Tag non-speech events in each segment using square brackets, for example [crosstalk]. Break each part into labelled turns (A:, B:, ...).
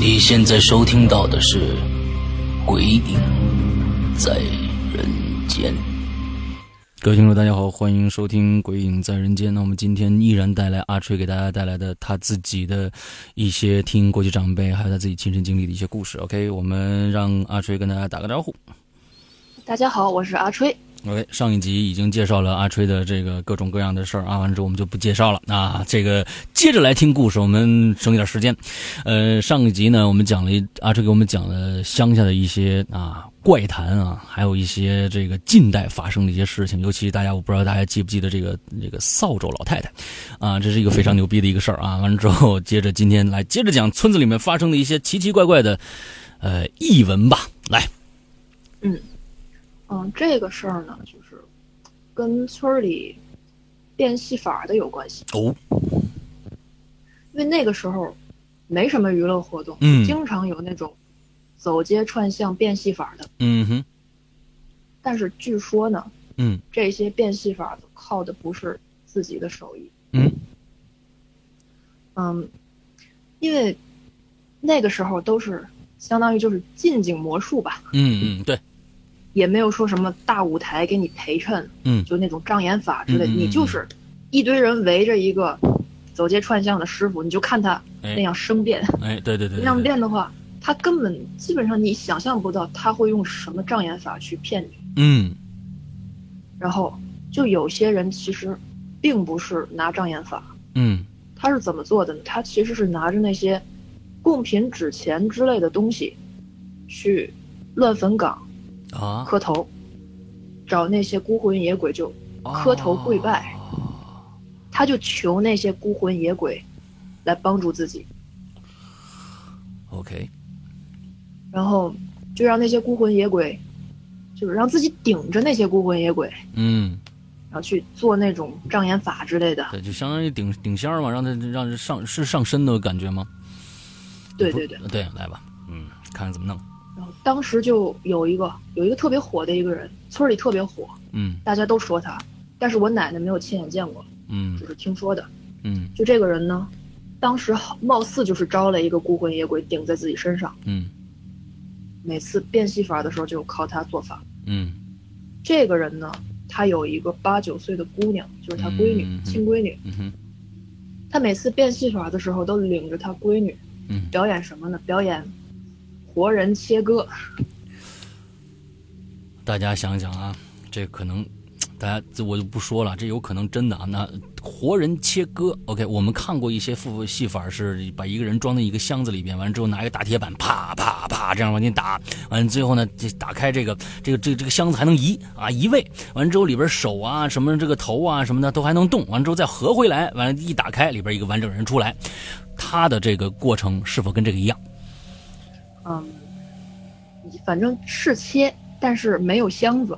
A: 你现在收听到的是《鬼影在人间》。
B: 各位听众，大家好，欢迎收听《鬼影在人间》。那我们今天依然带来阿吹给大家带来的他自己的一些听过去长辈还有他自己亲身经历的一些故事。OK，我们让阿吹跟大家打个招呼。
C: 大家好，我是阿吹。
B: OK，上一集已经介绍了阿吹的这个各种各样的事儿啊，完了之后我们就不介绍了啊。这个接着来听故事，我们省一点时间。呃，上一集呢，我们讲了一阿吹给我们讲了乡下的一些啊怪谈啊，还有一些这个近代发生的一些事情，尤其大家我不知道大家记不记得这个这个扫帚老太太啊，这是一个非常牛逼的一个事儿啊。完了之后，接着今天来接着讲村子里面发生的一些奇奇怪怪的呃异闻吧，来。
C: 嗯，这个事儿呢，就是跟村儿里变戏法儿的有关系，
B: 哦，
C: 因为那个时候没什么娱乐活动，
B: 嗯
C: 经常有那种走街串巷变戏法儿的。
B: 嗯哼，
C: 但是据说呢，
B: 嗯
C: 这些变戏法儿靠的不是自己的手艺。
B: 嗯
C: 嗯，因为那个时候都是相当于就是近景魔术吧，
B: 嗯嗯，对。
C: 也没有说什么大舞台给你陪衬，
B: 嗯
C: 就那种障眼法之类的，
B: 嗯嗯嗯
C: 你就是一堆人围着一个走街串巷的师傅，你就看他
B: 哎
C: 那样生变，
B: 哎，对对对，对
C: 那样变的话，他根本基本上你想象不到他会用什么障眼法去骗你。
B: 嗯
C: 然后就有些人其实并不是拿障眼法，
B: 嗯
C: 他是怎么做的呢？他其实是拿着那些贡品、纸钱之类的东西去乱坟岗
B: 啊，
C: 磕头，找那些孤魂野鬼就磕头跪拜
B: 哦
C: 他就求那些孤魂野鬼来帮助自己，
B: OK，
C: 然后就让那些孤魂野鬼，就是让自己顶着那些孤魂野鬼，
B: 嗯，
C: 然后去做那种障眼法之类的。
B: 对，就相当于顶顶仙儿嘛，让他让他上是上身的感觉吗？
C: 对
B: 不
C: 对对。
B: 对，来吧，嗯，看看怎么弄，
C: 然后当时就有一个有一个特别火的一个人，村里特别火，
B: 嗯
C: 大家都说他，但是我奶奶没有亲眼见过，
B: 嗯
C: 就是听说的。
B: 嗯
C: 就这个人呢，当时好貌似就是招了一个孤魂野鬼顶在自己身上，
B: 嗯
C: 每次变戏法的时候就靠他做法。
B: 嗯
C: 这个人呢，他有一个八九岁的姑娘，就是他闺女、
B: 嗯嗯嗯
C: 亲闺女。
B: 嗯哼
C: 他每次变戏法的时候都领着他闺女
B: 嗯，
C: 表演什么呢？表演活人切割。
B: 大家想想啊，这可能。大家，这我就不说了，这有可能真的啊。那活人切割，OK，我们看过一些复戏法是把一个人装在一个箱子里边，完了之后拿一个大铁板啪啪啪这样往进打，完了最后呢，这打开这个这个这个、这个箱子还能移啊移位，完了之后里边手啊什么这个头啊什么的都还能动，完了之后再合回来，完了一打开里边一个完整人出来，他的这个过程是否跟这个一样？
C: 嗯，反正是切，但是没有箱子，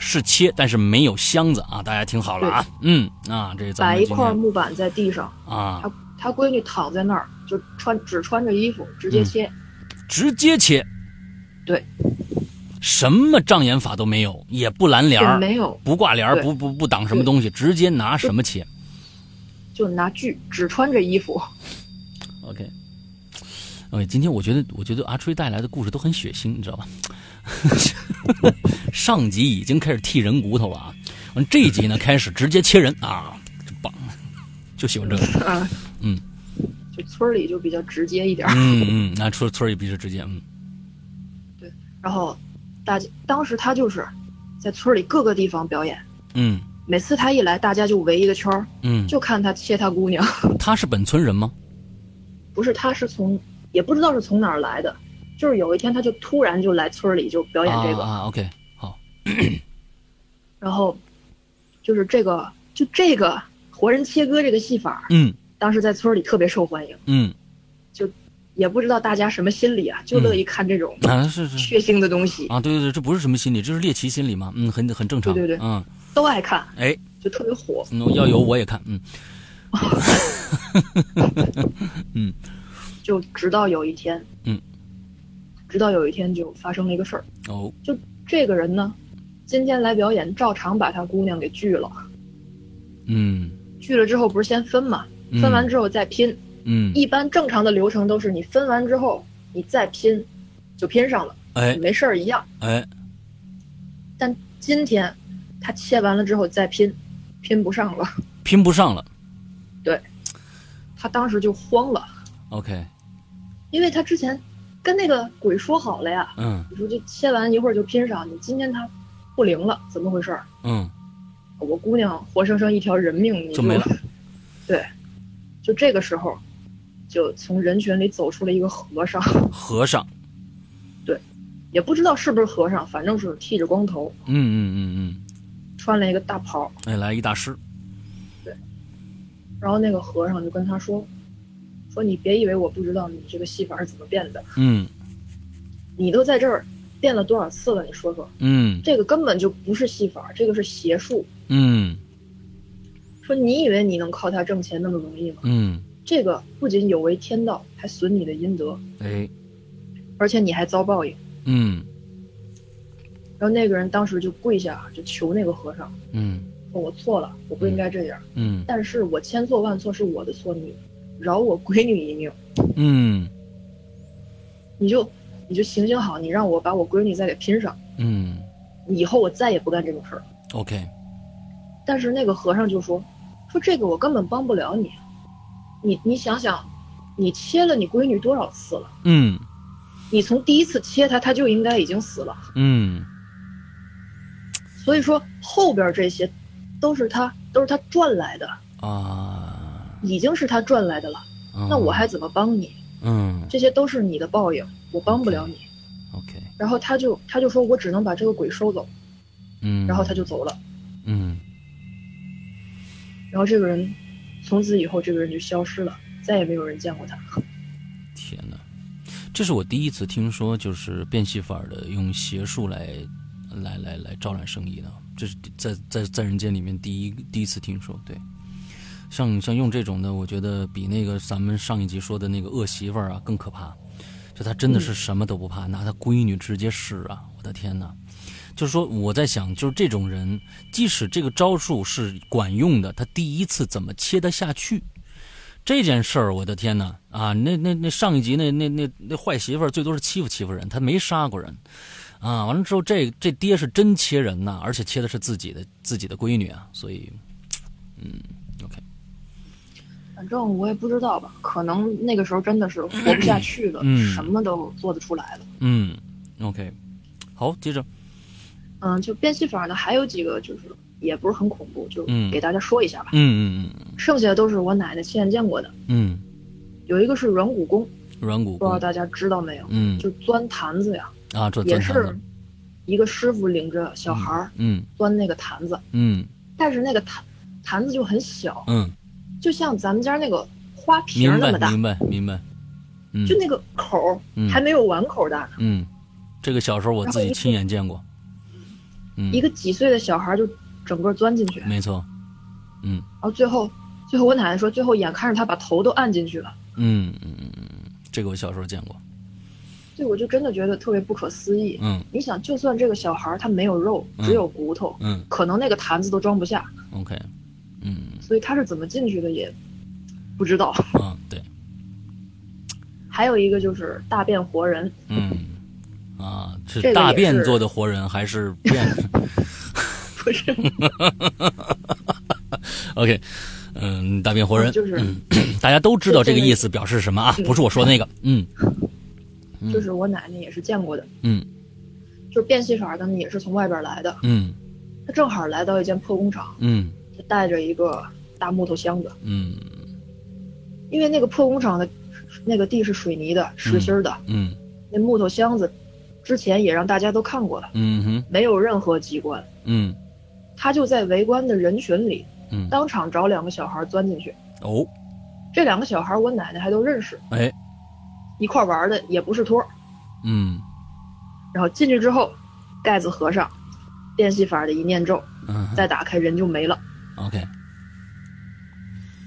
B: 是切，但是没有箱子啊！大家听好了啊，嗯啊，这咱
C: 摆
B: 们
C: 一
B: 今
C: 块
B: 天
C: 木板在地上，
B: 啊，
C: 他他闺女躺在那儿，就穿只穿着衣服直
B: 嗯
C: 接切。
B: 直接切，
C: 对，
B: 什么障眼法都没有，也不拦帘
C: 就
B: 儿，
C: 没有，
B: 不挂帘儿，
C: 对
B: 不不不挡什么东西，直接拿什么切
C: 就拿锯，只穿着衣服。
B: ？OK。哎，今天我觉得，我觉得阿吹带来的故事都很血腥，你知道吧？ [laughs] 上集已经开始剔人骨头了啊，完这一集呢开始直接切人啊，棒，就喜欢这个。
C: 啊，
B: 嗯，
C: 就村儿里就比较直接一点儿。
B: 嗯嗯，那出村儿也必须直接，嗯
C: 然后，大家当时他就是在村儿里各个地方表演，
B: 嗯
C: 每次他一来，大家就围一个圈儿，
B: 嗯，
C: 就看他切他姑娘。
B: 他是本村人吗？
C: [laughs] 不是他是从也不知道是从哪儿来的，就是有一天他就突然就来村里就表演这个，
B: 啊啊，OK，好，
C: 然后就是这个就这个活人切割这个戏法儿，
B: 嗯
C: 当时在村里特别受欢迎，
B: 嗯
C: 也不知道大家什么心理啊，就乐意看这种
B: 啊，是是
C: 血腥的东西，
B: 啊，对对对，这不是什么心理，这是猎奇心理嘛，嗯，很很正常，
C: 对对对
B: 嗯，
C: 都爱看，
B: 哎，
C: 就特别火。
B: 嗯要有我也看，嗯
C: 就直到有一天，
B: 嗯，
C: 直到有一天就发生了一个事儿，
B: 哦，
C: 就这个人呢，今天来表演，照常把他姑娘给拒了，
B: 嗯，
C: 拒了之后不是先分嘛，
B: 嗯
C: 分完之后再拼，
B: 嗯，
C: 一般正常的流程都是你分完之后你再拼，就拼上了，
B: 哎
C: 没事儿一样。
B: 哎，
C: 但今天他切完了之后再拼，拼不上了，
B: 拼不上了
C: 他当时就慌了，
B: ，OK，
C: 因为他之前跟那个鬼说好了呀，
B: 嗯
C: 你说这切完一会儿就拼上，你今天他不灵了，怎么回事儿？
B: 嗯
C: 我姑娘活生生一条人命，你
B: 就没了。
C: 对，就这个时候，就从人群里走出了一个和尚，
B: [laughs]
C: [laughs]
B: 和尚，
C: 也不知道是不是和尚，反正是剃着光头，
B: 嗯嗯嗯
C: 穿了一个大袍。
B: 嗯，哎，来一大师，
C: 然后那个和尚就跟他说：“说你别以为我不知道你这个戏法是怎么变的，
B: 嗯
C: 你都在这儿变了多少次了？你说说，
B: 嗯
C: 这个根本就不是戏法，这个是邪术。
B: 嗯
C: 说你以为你能靠它挣钱那么容易吗？
B: 嗯，
C: 这个不仅有违天道，还损你的阴德，
B: 哎，
C: 而且你还遭报应。”
B: 嗯
C: 然后那个人当时就跪下，就求那个和尚
B: 嗯
C: 说：“我错了，我不应该这样，
B: 嗯
C: 但是我千错万错是我的错，你饶我闺女一命，
B: 嗯
C: 你就你就行行好，你让我把我闺女再给拼上，
B: 嗯
C: 以后我再也不干这种事儿。
B: ，OK，”
C: 但是那个和尚就说：“说这个我根本帮不了你，你你想想，你切了你闺女多少次了？
B: 嗯
C: 你从第一次切她，她就应该已经死了。
B: 嗯
C: 所以说后边这些，都是他都是他赚来的，
B: 啊，
C: 已经是他赚来的了。那我还怎么帮你？
B: 嗯
C: 这些都是你的报应，我帮不了你。
B: OK，
C: 然后他就他就说我只能把这个鬼收走，
B: 嗯，
C: 然后他就走了。
B: 嗯
C: 然后这个人，从此以后这个人就消失了，再也没有人见过他。
B: 天哪，这是我第一次听说，就是变戏法的用邪术来来来来招揽生意的，这是在在在人间里面第一第一次听说。对，像像用这种的，我觉得比那个咱们上一集说的那个恶媳妇儿啊更可怕。就她真的是什么都不怕，拿她闺女直接使啊！我的天哪！就是说，我在想，就是这种人，即使这个招数是管用的，他第一次怎么切得下去？这件事儿，我的天哪！啊，那那那上一集那那那那坏媳妇儿最多是欺负欺负人，她没杀过人，啊，完了之后这这爹是真切人呐、而且切的是自己的自己的闺女啊，所以，嗯，OK，
C: 反正我也不知道吧，可能那个时候真的是活不下去了，
B: 嗯
C: 什么都做得出来了。
B: 嗯，OK，好，接着，
C: 嗯，就变戏法呢，还有几个就是也不是很恐怖，就
B: 嗯
C: 给大家说一下吧。
B: 嗯嗯
C: 剩下的都是我奶奶亲眼见过的。
B: 嗯
C: 有一个是软骨功，
B: 嗯，软骨
C: 不知道
B: 功，
C: 大家知道没有？
B: 嗯
C: 就钻坛子呀，
B: 啊，这
C: 也
B: 钻
C: 是
B: 坛，
C: 一个师傅领着小孩儿
B: 嗯
C: 钻那个坛子。
B: 嗯
C: 但是那个坛坛子就很小，
B: 嗯，
C: 就像咱们家那个花瓶
B: 明
C: 那
B: 白
C: 么大，
B: 明白明白，嗯
C: 就那个口儿、
B: 嗯
C: 还没有碗口大呢。
B: 嗯，这个小时候我自己亲眼见过，嗯
C: 一，个几岁的小孩就整个钻进去，然
B: 没错，
C: 后最后，最后我奶奶说，最后眼看着他把头都按进去了，
B: 嗯嗯嗯嗯，嗯这个我小时候见过。
C: 所以我就真的觉得特别不可思议。
B: 嗯
C: 你想，就算这个小孩他没有肉，
B: 嗯
C: 只有骨头，
B: 嗯
C: 可能那个坛子都装不下，
B: ，OK，嗯
C: 所以他是怎么进去的也不知道。 [laughs]
B: 啊，对，
C: 还有一个就是大变活人，
B: 嗯啊，
C: 这个
B: 是
C: 也
B: 大便
C: 是
B: 做的活人还是变
C: [laughs] 不是，
B: [laughs] ？OK，嗯，大便活人，
C: 哦就是
B: 嗯大家都知道这个
C: 就这个
B: 意思表示什么啊？
C: 嗯
B: 不是我说的那个，嗯嗯
C: 就是我奶奶也是见过的，
B: 嗯
C: 就是变戏法他们也是从外边来的，
B: 嗯
C: 他正好来到一间破工厂，
B: 嗯
C: 就带着一个大木头箱子，
B: 嗯
C: 因为那个破工厂的那个地是水泥的、实心儿的，
B: 嗯
C: 那木头箱子之前也让大家都看过了，
B: 嗯哼，
C: 没有任何机关。
B: 嗯
C: 他就在围观的人群里，
B: 嗯，
C: 当场找两个小孩钻进去。
B: 哦，
C: 这两个小孩我奶奶还都认识，
B: 哎，
C: 一块玩的也不是托儿。
B: 嗯
C: 然后进去之后，盖子合上，变戏法的一念咒，
B: 嗯
C: 再打开人就没了。
B: ，OK，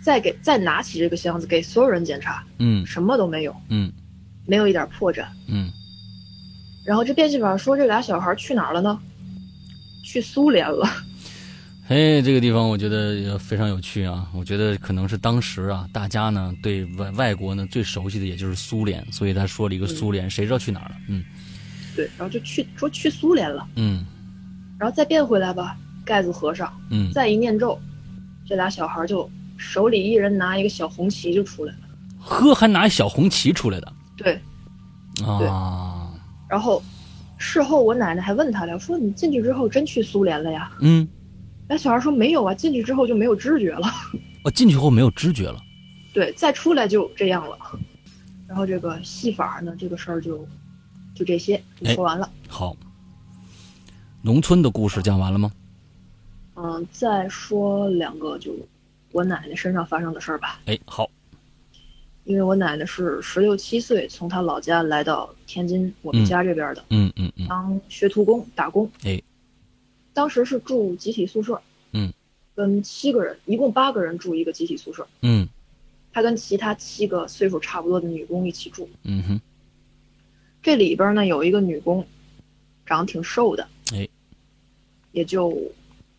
C: 再给再拿起这个箱子给所有人检查，
B: 嗯
C: 什么都没有，
B: 嗯
C: 没有一点破绽。
B: 嗯
C: 然后这变戏法说这俩小孩去哪儿了呢？去苏联了。 [laughs]
B: 嘿，这个地方我觉得也非常有趣啊！我觉得可能是当时啊，大家呢对外外国呢最熟悉的也就是苏联，所以他说了一个苏联，谁知道去哪儿了？嗯
C: 对，然后就去说去苏联了，
B: 嗯
C: 然后再变回来吧，盖子合上，
B: 嗯，
C: 再一念咒，这俩小孩就手里一人拿一个小红旗就出来了。
B: 呵，还拿小红旗出来的
C: 对，
B: 啊！
C: 然后事后我奶奶还问他俩说：“你进去之后真去苏联了呀
B: 嗯，？”
C: 俩小孩说：“没有啊，进去之后就没有知觉了， [laughs]
B: 我、进去后没有知觉了。
C: 对，再出来就这样了。”然后这个戏法呢，这个事儿就就这些就
B: 哎
C: 说完了。
B: 好，农村的故事讲完了吗？
C: 嗯，再说两个就我奶奶身上发生的事儿吧。
B: 哎，好，
C: 因为我奶奶是十六七岁从她老家来到天津我们家这边的，
B: 嗯嗯嗯
C: 当学徒工打工。
B: 哎，
C: 当时是住集体宿舍，
B: 嗯，
C: 跟七个人，一共八个人住一个集体宿舍。
B: 嗯
C: 她跟其他七个岁数差不多的女工一起住。
B: 嗯哼，
C: 这里边呢有一个女工，长得挺瘦的，
B: 哎，
C: 也就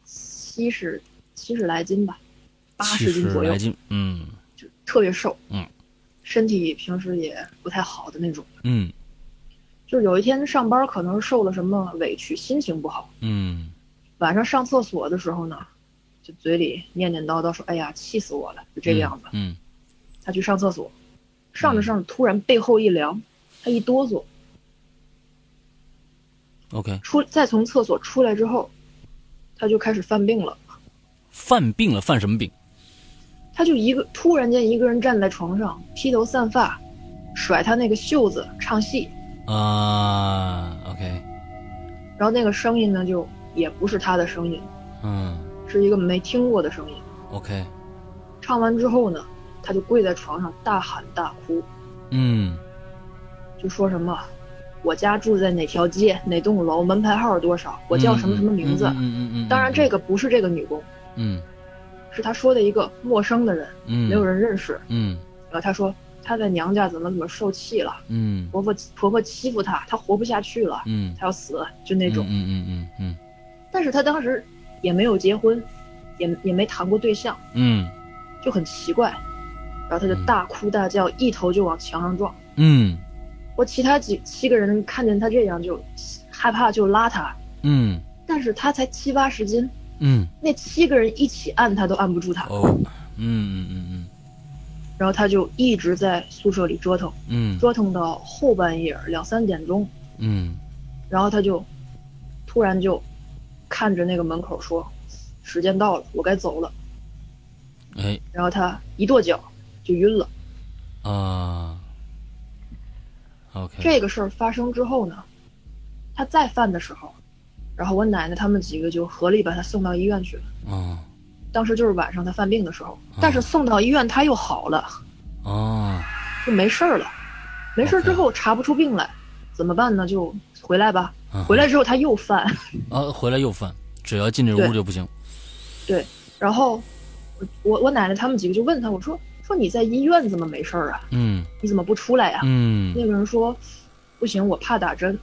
C: 七十七十来斤吧，八
B: 七
C: 十斤
B: 十
C: 左右
B: 来，斤，嗯
C: 就特别瘦，
B: 嗯，
C: 身体平时也不太好的那种。
B: 嗯
C: 就是有一天上班可能受了什么委屈，心情不好，
B: 嗯
C: 晚上上厕所的时候呢，就嘴里念念叨叨说：“哎呀，气死我了！”就这个样子。
B: 嗯
C: 他去上厕所，上着上着，突然背后一凉，他一哆嗦，
B: ，OK，
C: 出再从厕所出来之后，他就开始犯病了。
B: 犯病了，犯什么病？
C: 他就一个突然间一个人站在床上，披头散发，甩他那个袖子唱戏，
B: 啊，OK，
C: 然后那个声音呢，就也不是他的声音，
B: 嗯
C: 是一个没听过的声音。
B: ，OK，
C: 唱完之后呢，他就跪在床上大喊大哭，
B: 嗯
C: 就说什么“我家住在哪条街哪栋楼，门牌号是多少，我叫什么什么名字
B: 嗯”嗯嗯嗯。
C: 当然，这
B: 个
C: 个不是这个女工，
B: 嗯
C: 是他说的一个陌生的人，
B: 嗯
C: 没有人认识。
B: 嗯
C: 然后他说他在娘家怎么怎么受气了，
B: 嗯
C: 婆婆婆婆欺负他，他活不下去了，
B: 嗯
C: 他要死，就那种。
B: 嗯嗯嗯
C: 但是他当时也没有结婚，也也没谈过对象，
B: 嗯
C: 就很奇怪。然后他就
B: 嗯
C: 大哭大叫，一头就往墙上撞。
B: 嗯
C: 我其他几七个人看见他这样就害怕，就拉他，
B: 嗯
C: 但是他才七八十斤，
B: 嗯
C: 那七个人一起按他都按不住他，
B: 哦，嗯嗯
C: 然后他就一直在宿舍里折腾，
B: 嗯嗯
C: 折腾到后半夜两三点钟，
B: 嗯
C: 然后他就突然就看着那个门口说：“时间到了，我该走了。
B: 哎”
C: 然后他一跺脚就晕了。
B: 啊，OK，
C: 这个事儿发生之后呢，他再犯的时候，然后我奶奶他们几个就合力把他送到医院去了。
B: 啊
C: 当时就是晚上他犯病的时候，但是送到医院他又好了，
B: 啊
C: 就没事儿了。没事儿之后查不出病来，怎么办呢？就回来吧。
B: 嗯
C: 回来之后他又犯， [laughs]
B: 啊，回来又犯，只要进这屋就不行。
C: 对。然后我我我奶奶他们几个就问他，我说说你在医院怎么没事儿啊？
B: 嗯
C: 你怎么不出来呀、
B: 嗯
C: 那个人说，不行，我怕打针。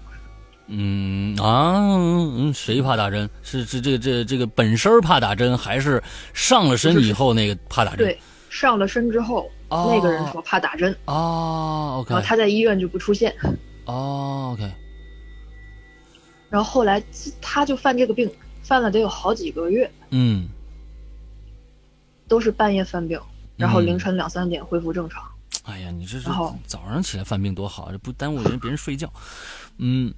B: 嗯啊，嗯谁怕打针？是这这这这个本身怕打针，还是上了身以后那个怕打针？
C: 对，上了身之后，
B: 哦
C: 那个人说怕打针，
B: 啊，OK，
C: 然后他在医院就不出现。
B: 哦，OK，
C: 然后后来他就犯这个病，犯了得有好几个月，
B: 嗯
C: 都是半夜犯病，然后
B: 嗯
C: 凌晨两三点恢复正常。
B: 哎呀，你这是
C: 然后
B: 早上起来犯病多好，这不耽误人别人睡觉。嗯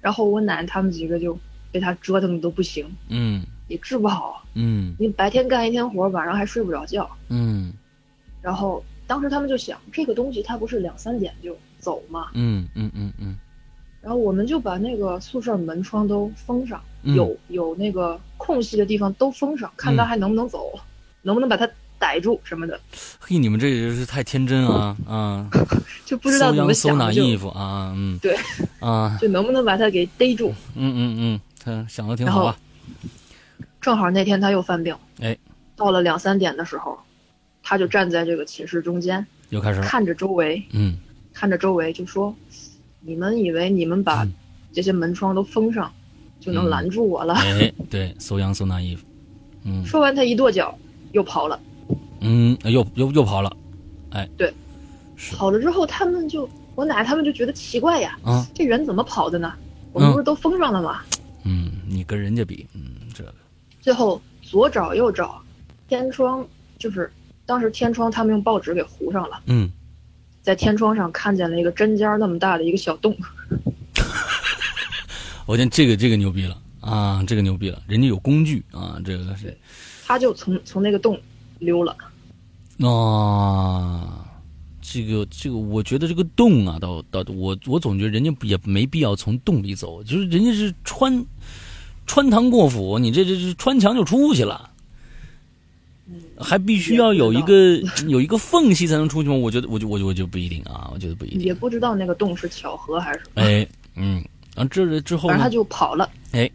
C: 然后我奶奶他们几个就被他折腾的都不行，
B: 嗯
C: 也治不好。啊
B: 嗯
C: 你白天干一天活，晚上还睡不着觉。
B: 嗯
C: 然后，当时他们就想，这个东西它不是两三点就走嘛，
B: 嗯嗯嗯嗯
C: 然后我们就把那个宿舍门窗都封上，
B: 嗯
C: 有有那个空隙的地方都封上，看他还能不能走，能不能把他逮住什么的，
B: 嘿，你们这也是太天真啊啊！
C: 就 [laughs] 不知道
B: 搜
C: 怎
B: 羊
C: 么
B: 搜
C: 想
B: 哪
C: 的就
B: 衣服啊？嗯，
C: 对
B: 啊，
C: 就能不能把他给逮住。
B: 嗯嗯嗯，他想的挺
C: 然
B: 好
C: 后
B: 啊。
C: 正好那天他又犯病，
B: 哎，
C: 到了两三点的时候，他就站在这个寝室中间，
B: 又开始了。
C: 看着周围，
B: 嗯
C: 看着周围就说：“你们以为你们把这些门窗都封上，就能拦住我了 [laughs]
B: 哎，对，搜羊搜哪衣服？？”嗯
C: 说完，他一跺脚又跑了。
B: 嗯，又又又跑了是
C: 跑了之后，他们就我奶他们就觉得奇怪呀，
B: 啊！
C: 这人怎么跑的呢？我们不是都封上了吗？
B: 嗯，你跟人家比，嗯，这个，
C: 最后左找右找，天窗就是当时天窗他们用报纸给糊上了。
B: 嗯，
C: 在天窗上看见了一个针尖儿那么大的一个小洞，
B: 我见这个这个牛逼了啊，这个牛逼了，人家有工具啊，这个是
C: 他就从从那个洞溜了。
B: 啊，这个这个，我觉得这个洞啊，倒倒，我我总觉得人家也没必要从洞里走，就是人家是穿穿堂过府，你这这这穿墙就出去了。还必须要有一个有一个缝隙才能出去吗？我觉得，我就我就我就不一定啊，我觉得不一定。
C: 也不知道那个洞是巧合还是什么，
B: 哎，嗯，然后这之后
C: 反正他
B: 呢？
C: 就跑了。
B: 哎，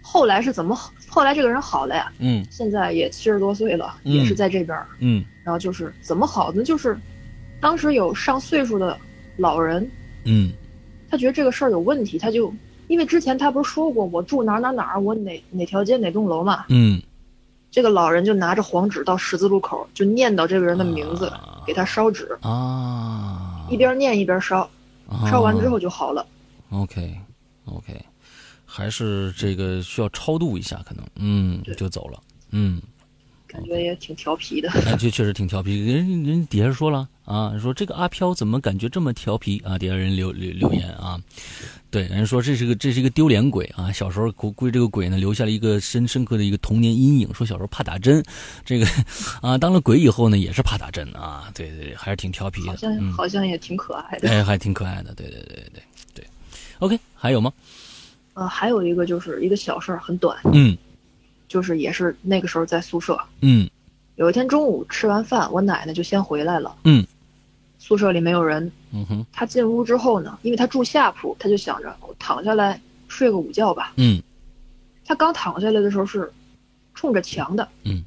C: 后来是怎么好？后来这个人好了呀，
B: 嗯
C: 现在也七十多岁了，
B: 嗯
C: 也是在这边儿。
B: 嗯
C: 然后就是怎么好呢？就是当时有上岁数的老人，
B: 嗯
C: 他觉得这个事儿有问题，他就因为之前他不是说过我住哪儿哪儿哪儿，我哪哪条街哪栋楼嘛，
B: 嗯，
C: 这个老人就拿着黄纸到十字路口就念叨这个人的名字，
B: 啊
C: 给他烧纸，
B: 啊，
C: 一边念一边烧，烧完之后就好了。
B: OK OK，还是这个需要超度一下，可能嗯
C: 对
B: 就走了，嗯，
C: 感觉也挺调皮的。
B: 哎，这确实挺调皮。人人底下说了啊，说这个阿飘怎么感觉这么调皮啊？底下人留留留言啊，对，人说这是个这是一个丢脸鬼啊，小时候估估计这个鬼呢留下了一个深深刻的一个童年阴影，说小时候怕打针，这个啊当了鬼以后呢也是怕打针啊，对对，对还是挺调皮
C: 好
B: 的，
C: 像
B: 嗯，
C: 好像也挺可爱的。
B: 哎，还挺可爱的，对对对对对。OK，还有吗？
C: 呃，还有一个就是一个小事儿，很短，
B: 嗯
C: 就是也是那个时候在宿舍，
B: 嗯
C: 有一天中午吃完饭，我奶奶就先回来了。
B: 嗯，
C: 宿舍里没有人，
B: 嗯哼
C: 她进屋之后呢，因为她住下铺，她就想着我躺下来睡个午觉吧。
B: 嗯。
C: 她刚躺下来的时候是冲着墙的，
B: 嗯，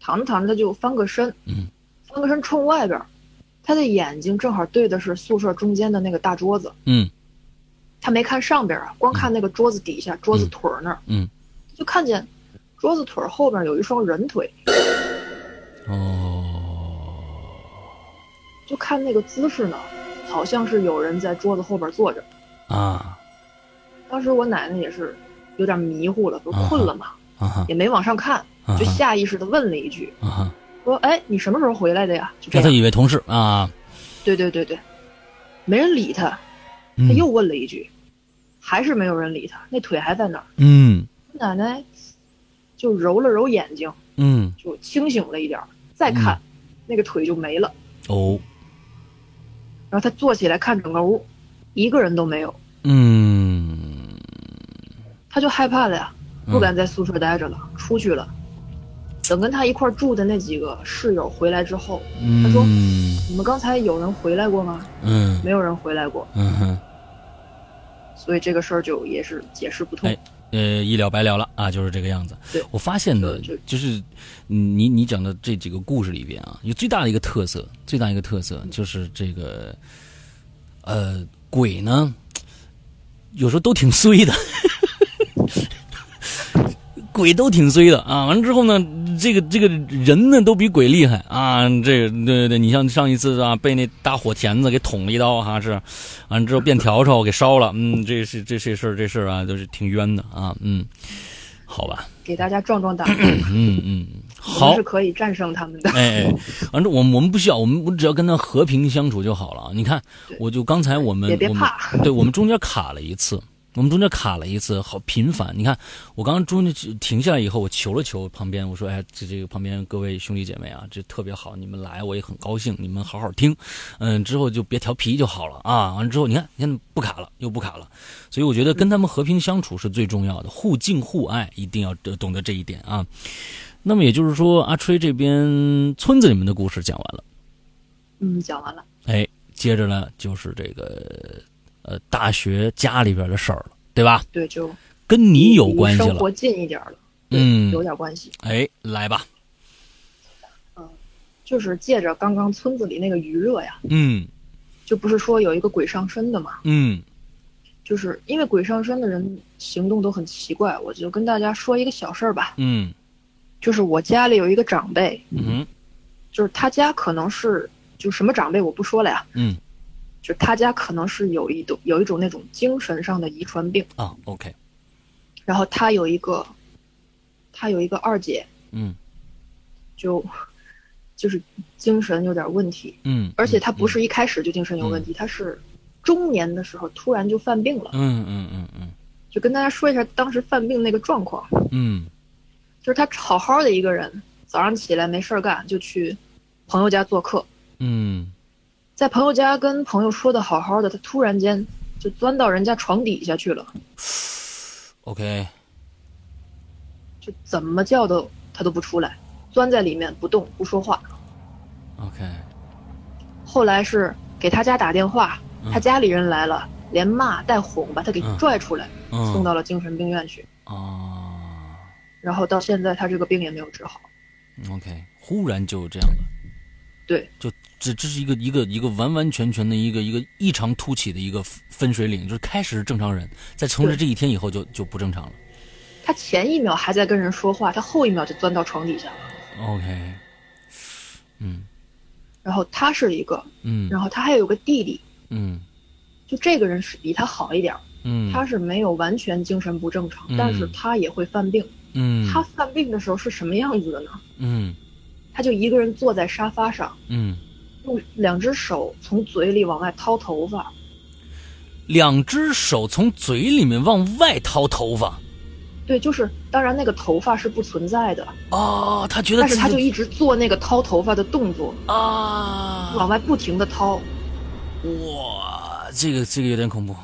C: 躺着躺着她就翻个身，
B: 嗯，
C: 翻个身冲外边儿，她的眼睛正好对的是宿舍中间的那个大桌子，
B: 嗯
C: 他没看上边啊，光看那个桌子底下、桌子腿儿那儿，
B: 嗯，
C: 就看见桌子腿儿后边有一双人腿，
B: 哦，
C: 就看那个姿势呢，好像是有人在桌子后边坐着。
B: 啊
C: 当时我奶奶也是有点迷糊了，不是困了嘛，
B: 啊哈
C: 也没往上看，
B: 啊
C: 就
B: 哈
C: 下意识的问了一句，
B: 啊哈，
C: 说：“哎，你什么时候回来的呀？”就这
B: 那他
C: 样，
B: 以为同事啊，
C: 对对对对，没人理他，
B: 嗯
C: 他又问了一句，还是没有人理他，那腿还在那儿。
B: 嗯
C: 我奶奶就揉了揉眼睛。
B: 嗯
C: 就清醒了一点儿，再看、那个腿就没了。
B: 哦
C: 然后他坐起来看整个屋，一个人都没有，
B: 嗯
C: 他就害怕了呀，
B: 嗯
C: 不敢在宿舍待着了，出去了。等跟他一块儿住的那几个室友回来之后，
B: 嗯，
C: 他说
B: 嗯
C: 你们刚才有人回来过吗？
B: 嗯
C: 没有人回来过，
B: 嗯哼，
C: 所以这个事儿就也是解释不通。
B: 哎呃，一了百了了啊，就是这个样子
C: 对。
B: 我发现呢
C: 就就，
B: 就是嗯你你讲的这几个故事里边啊，有最大的一个特色，最大一个特色就是这个呃鬼呢，有时候都挺衰的。 [laughs] 鬼都挺衰的啊！完了之后呢，这个这个人呢都比鬼厉害啊！这个对对对，你像上一次啊，被那大火钳子给捅了一刀哈、是，完了之后变笤帚给烧了，嗯，这是这这事儿这事儿啊，都是挺冤的啊，嗯，好吧，
C: 给大家壮壮
B: [clears throat]
C: 胆，
B: 嗯嗯，
C: 我
B: 好
C: 们是，可以战胜他们的。 [laughs]
B: 哎，哎反正我们我们不需要，我们我只要跟他和啊平相处就好了。你看，我就刚才我们
C: 也别
B: 我们 [laughs]
C: 怕
B: 对我们中间卡了一次，我们中间卡了一次，好频繁。你看，我刚刚中间停下来以后，我求了求旁边，我说：“哎，这这个旁边各位兄弟姐妹啊，这特别好，你们来我也很高兴，你们好好听，嗯，之后就别调皮就好了啊。”完了之后，你看，你看不卡了，又不卡了。所以我觉得跟他们和平相处是最重要的，互敬互爱，一定要懂得这一点啊。那么也就是说，阿吹这边村子里面的故事讲完了，
C: 嗯，讲完了。
B: 哎，接着呢就是这个呃大学家里边的事儿了，对吧？
C: 对，就
B: 跟你有关系
C: 离生
B: 了，
C: 活近一点了，
B: 嗯，
C: 有点关系。
B: 哎，来吧，
C: 就是借着刚刚村子里那个余热呀，
B: 嗯
C: 就不是说有一个鬼上身的嘛，
B: 嗯
C: 就是因为鬼上身的人行动都很奇怪，我就跟大家说一个小事儿吧。
B: 嗯
C: 就是我家里有一个长辈，
B: 嗯
C: 就是他家可能是就什么长辈我不说了呀，
B: 嗯
C: 就他家可能是有一种有一种那种精神上的遗传病，
B: 啊，OK，
C: 然后他有一个，他有一个二姐，
B: 嗯
C: 就就是精神有点问题，
B: 嗯，
C: 而且他不是一开始就精神有问题，他是中年的时候突然就犯病了。
B: 嗯，嗯嗯嗯
C: 就跟大家说一下当时犯病那个状况，
B: 嗯嗯
C: 就是他好好的一个人，早上起来没事儿干就去朋友家做客，
B: 嗯
C: 在朋友家跟朋友说的好好的，他突然间就钻到人家床底下去了，
B: ，OK，
C: 就怎么叫都他都不出来，钻在里面不动不说话。
B: OK，
C: 后来是给他家打电话，他家里人来了，连骂带哄把他给
B: 嗯
C: 拽出来，
B: 嗯，
C: 送到了精神病院去。
B: 啊
C: 然后到现在他这个病也没有治好。
B: ，OK，忽然就这样了。
C: 对，
B: 就这这是一个一个一个完完全全的一个一个异常突起的一个分水岭，就是开始是正常人，在从这
C: 对
B: 这一天以后就就不正常了。
C: 他前一秒还在跟人说话，他后一秒就钻到床底下了。
B: OK，嗯
C: 然后他是一个，
B: 嗯
C: 然后他还有个弟弟，
B: 嗯
C: 就这个人是比他好一点儿，
B: 嗯，
C: 他是没有完全精神不正常
B: 嗯，
C: 但是他也会犯病。
B: 嗯
C: 他犯病的时候是什么样子的呢？
B: 嗯
C: 他就一个人坐在沙发上，
B: 嗯，
C: 用两只手从嘴里往外掏头发，
B: 两只手从嘴里面往外掏头发
C: 对，就是当然那个头发是不存在的，
B: 啊，他觉得
C: 但是
B: 自己
C: 他就一直做那个掏头发的动作，往
B: 啊，
C: 外不停的掏，
B: 哇，这个这个有点恐怖，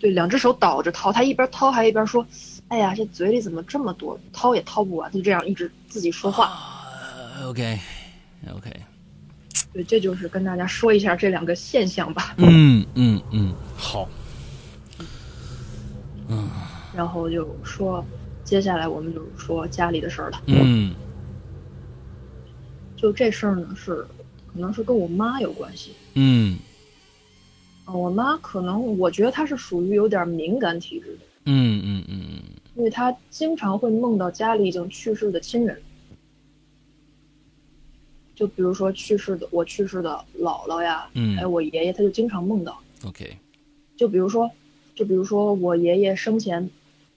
C: 对，两只手倒着掏，他一边掏还一边说：“哎呀，这嘴里怎么这么多，掏也掏不完。”他就这样一直自己说话。
B: 呃，OK OK，
C: 对，这就是跟大家说一下这两个现象吧。
B: 嗯嗯嗯，好，
C: 然后就说，接下来我们就说家里的事儿了。
B: 嗯
C: 就这事儿呢，是可能是跟我妈有关系。
B: 嗯
C: 啊，我妈可能我觉得她是属于有点敏感体质的，
B: 嗯嗯嗯
C: 因为她经常会梦到家里已经去世的亲人。就比如说去世的我去世的姥姥呀，
B: 嗯
C: 还有我爷爷，她就经常梦到。
B: 嗯，OK，
C: 就比如说，就比如说我爷爷生前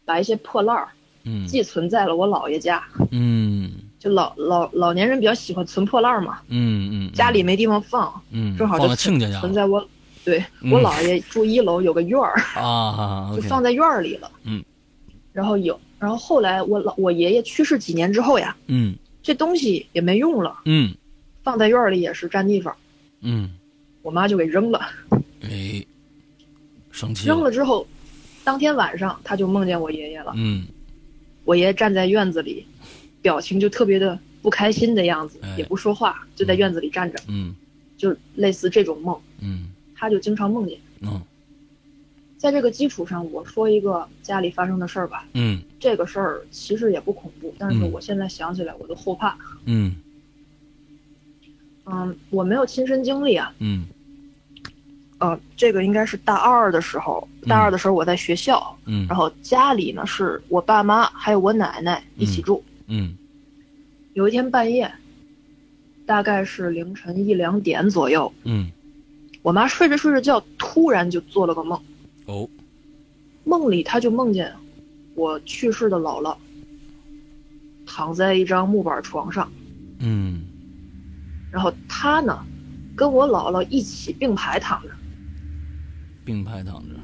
C: 把一些破烂儿
B: 嗯
C: 寄存在了我姥爷家，
B: 嗯
C: 就老老老年人比较喜欢存破烂儿嘛，
B: 嗯嗯，
C: 家里没地方放，
B: 嗯
C: 正好
B: 放
C: 就
B: 到亲家家
C: 存在我，对
B: 嗯
C: 我姥爷住一楼有个院儿，
B: 啊
C: 就
B: ，OK，
C: 放在院儿里了。
B: 嗯，
C: 然后有，然后后来我老我爷爷去世几年之后呀，
B: 嗯
C: 这东西也没用了，
B: 嗯
C: 放在院儿里也是占地方，
B: 嗯，
C: 我妈就给扔了。
B: 哎，生气
C: 扔，了之后，当天晚上她就梦见我爷爷了。
B: 嗯
C: 我爷站在院子里，表情就特别的不开心的样子
B: 哎，
C: 也不说话，就在院子里站着，
B: 嗯
C: 就类似这种梦，
B: 嗯
C: 他就经常梦见。
B: 嗯
C: 在这个基础上，我说一个家里发生的事儿吧。
B: 嗯
C: 这个事儿其实也不恐怖，但是
B: 嗯
C: 我现在想起来我都后怕。
B: 嗯
C: 嗯，我没有亲身经历啊。
B: 嗯
C: 呃，这个应该是大二的时候，大二的时候我在学校，
B: 嗯
C: 然后家里呢是我爸妈还有我奶奶一起住。
B: 嗯
C: 有一天半夜，大概是凌晨一两点左右，
B: 嗯，
C: 我妈睡着睡着觉，突然就做了个梦，
B: 哦，
C: 梦里她就梦见我去世的姥姥躺在一张木板床上，
B: 嗯
C: 然后她呢跟我姥姥一起并排躺着，
B: 并排躺着，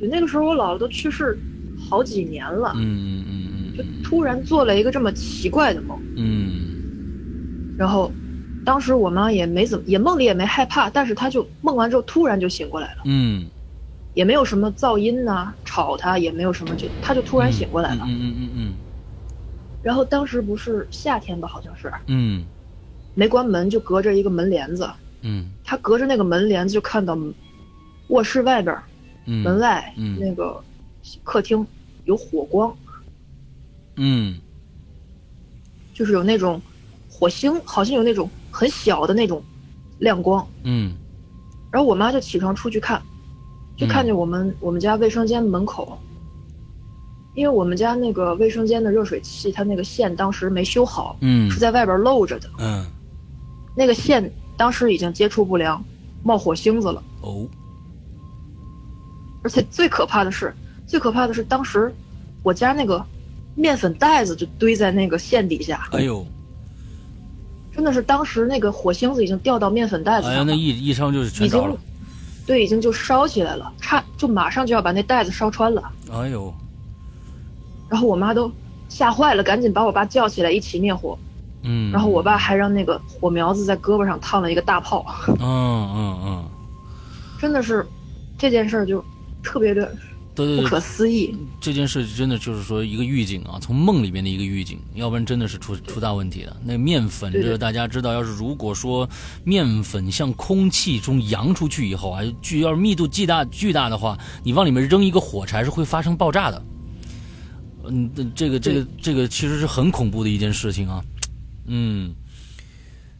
C: 对，那个时候我姥姥都去世好几年了，
B: 嗯嗯
C: 就突然做了一个这么奇怪的梦，
B: 嗯嗯
C: 然后当时我妈也没怎么，也梦里也没害怕，但是她就梦完之后突然就醒过来了，
B: 嗯，
C: 也没有什么噪音呐、吵她，也没有什么，就她就突然醒过来了。
B: 嗯嗯嗯
C: 然后当时不是夏天吧，好像是
B: 嗯
C: 没关门，就隔着一个门帘子，
B: 嗯
C: 她隔着那个门帘子就看到卧室外边儿
B: 嗯，
C: 门外、
B: 嗯
C: 那个客厅有火光，
B: 嗯
C: 就是有那种火星，好像有那种很小的那种亮光。
B: 嗯
C: 然后我妈就起床出去看，就看见我们、我们家卫生间门口，因为我们家那个卫生间的热水器，它那个线当时没修好，
B: 嗯
C: 是在外边露着的，
B: 嗯
C: 那个线当时已经接触不良，冒火星子了。
B: 哦
C: 而且最可怕的是，最可怕的是当时我家那个面粉袋子就堆在那个线底下，
B: 哎呦
C: 真的是当时那个火星子已经掉到面粉袋子
B: 哎呀
C: 上了。
B: 那一一声就是全着了，
C: 对，已经就烧起来了，差就马上就要把那袋子烧穿了。
B: 哎呦
C: 然后我妈都吓坏了，赶紧把我爸叫起来一起灭火。
B: 嗯，
C: 然后我爸还让那个火苗子在胳膊上烫了一个大泡，
B: 嗯嗯嗯
C: 真的是这件事儿就特别的
B: 对
C: 不
B: 对对
C: 可，思议。
B: 这件事真的就是说一个预警啊，从梦里边的一个预警，要不然真的是出出大问题的。那面粉，这
C: 对
B: 个大家知道，要是如果说面粉向空气中扬出去以后啊，巨要是密度巨大巨大的话，你往里面扔一个火柴是会发生爆炸的。嗯，这个这个这个其实是很恐怖的一件事情啊。嗯，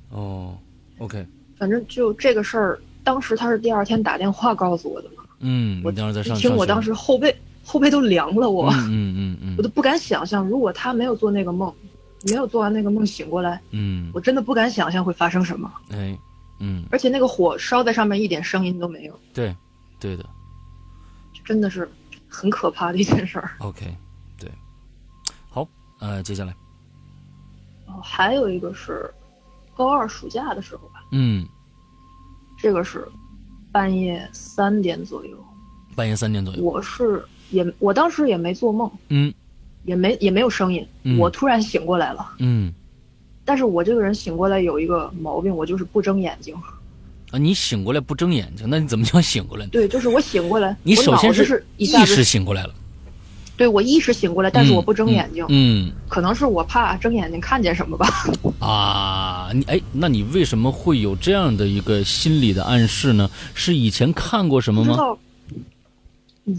B: 哦，OK，
C: 反正就这个事儿，当时他是第二天打电话告诉我的嘛，
B: 嗯，
C: 我
B: 你当时在上
C: 一听我当时后背后背都凉了我，
B: 上学嗯嗯嗯嗯
C: 我都不敢想象，如果他没有做那个梦，没有做完那个梦醒过来，
B: 嗯，
C: 我真的不敢想象会发生什么。
B: 哎，嗯，
C: 而且那个火烧在上面一点声音都没有，
B: 对，对的。
C: 真的是很可怕的一件事儿。
B: OK，对，好，呃，接下来，
C: 然后还有一个是高二暑假的时候吧，
B: 嗯，
C: 这个是半夜三点左右，
B: 半夜三点左右，
C: 我是也我当时也没做梦，
B: 嗯
C: 也没也没有声音，
B: 嗯
C: 我突然醒过来了。
B: 嗯，
C: 但是我这个人醒过来有一个毛病，我就是不睁眼睛。
B: 啊，你醒过来不睁眼睛，那你怎么叫醒过来呢？
C: 对，就是我醒过来，
B: 你
C: 我
B: 首
C: 脑
B: 先
C: 子是一
B: 意
C: 下
B: 识
C: 子，
B: 醒过来了，
C: 对我意识醒过来，但是我不睁眼睛，
B: 嗯
C: 可能是我怕睁眼睛看见什么吧。
B: 啊，你哎，那你为什么会有这样的一个心理的暗示呢？是以前看过什么
C: 不
B: 吗？
C: 知道，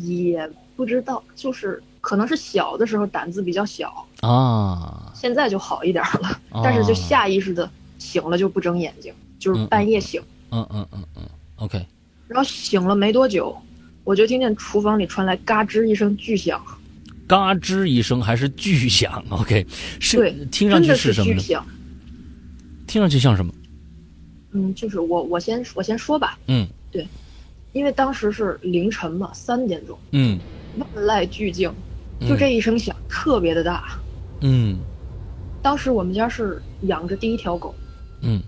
C: 也不知道，就是可能是小的时候胆子比较小，
B: 啊，
C: 现在就好一点儿了，
B: 啊
C: 但是就下意识的醒了就不睁眼睛，就是半夜醒，
B: 嗯嗯嗯嗯，OK，
C: 然后醒了没多久，我就听见厨房里传来嘎吱一声巨响，
B: 嘎吱一声还是巨响，OK，
C: 对
B: 是，听上
C: 真
B: 去
C: 的
B: 是什么
C: 巨
B: 呢？
C: 响。
B: 听上去像什么？
C: 嗯，就是我我先我先说吧，
B: 嗯
C: 因为当时是凌晨嘛，三点钟，
B: 嗯
C: 万籁俱静，
B: 嗯
C: 就这一声响特别的大。
B: 嗯
C: 当时我们家是养着第一条狗，
B: 嗯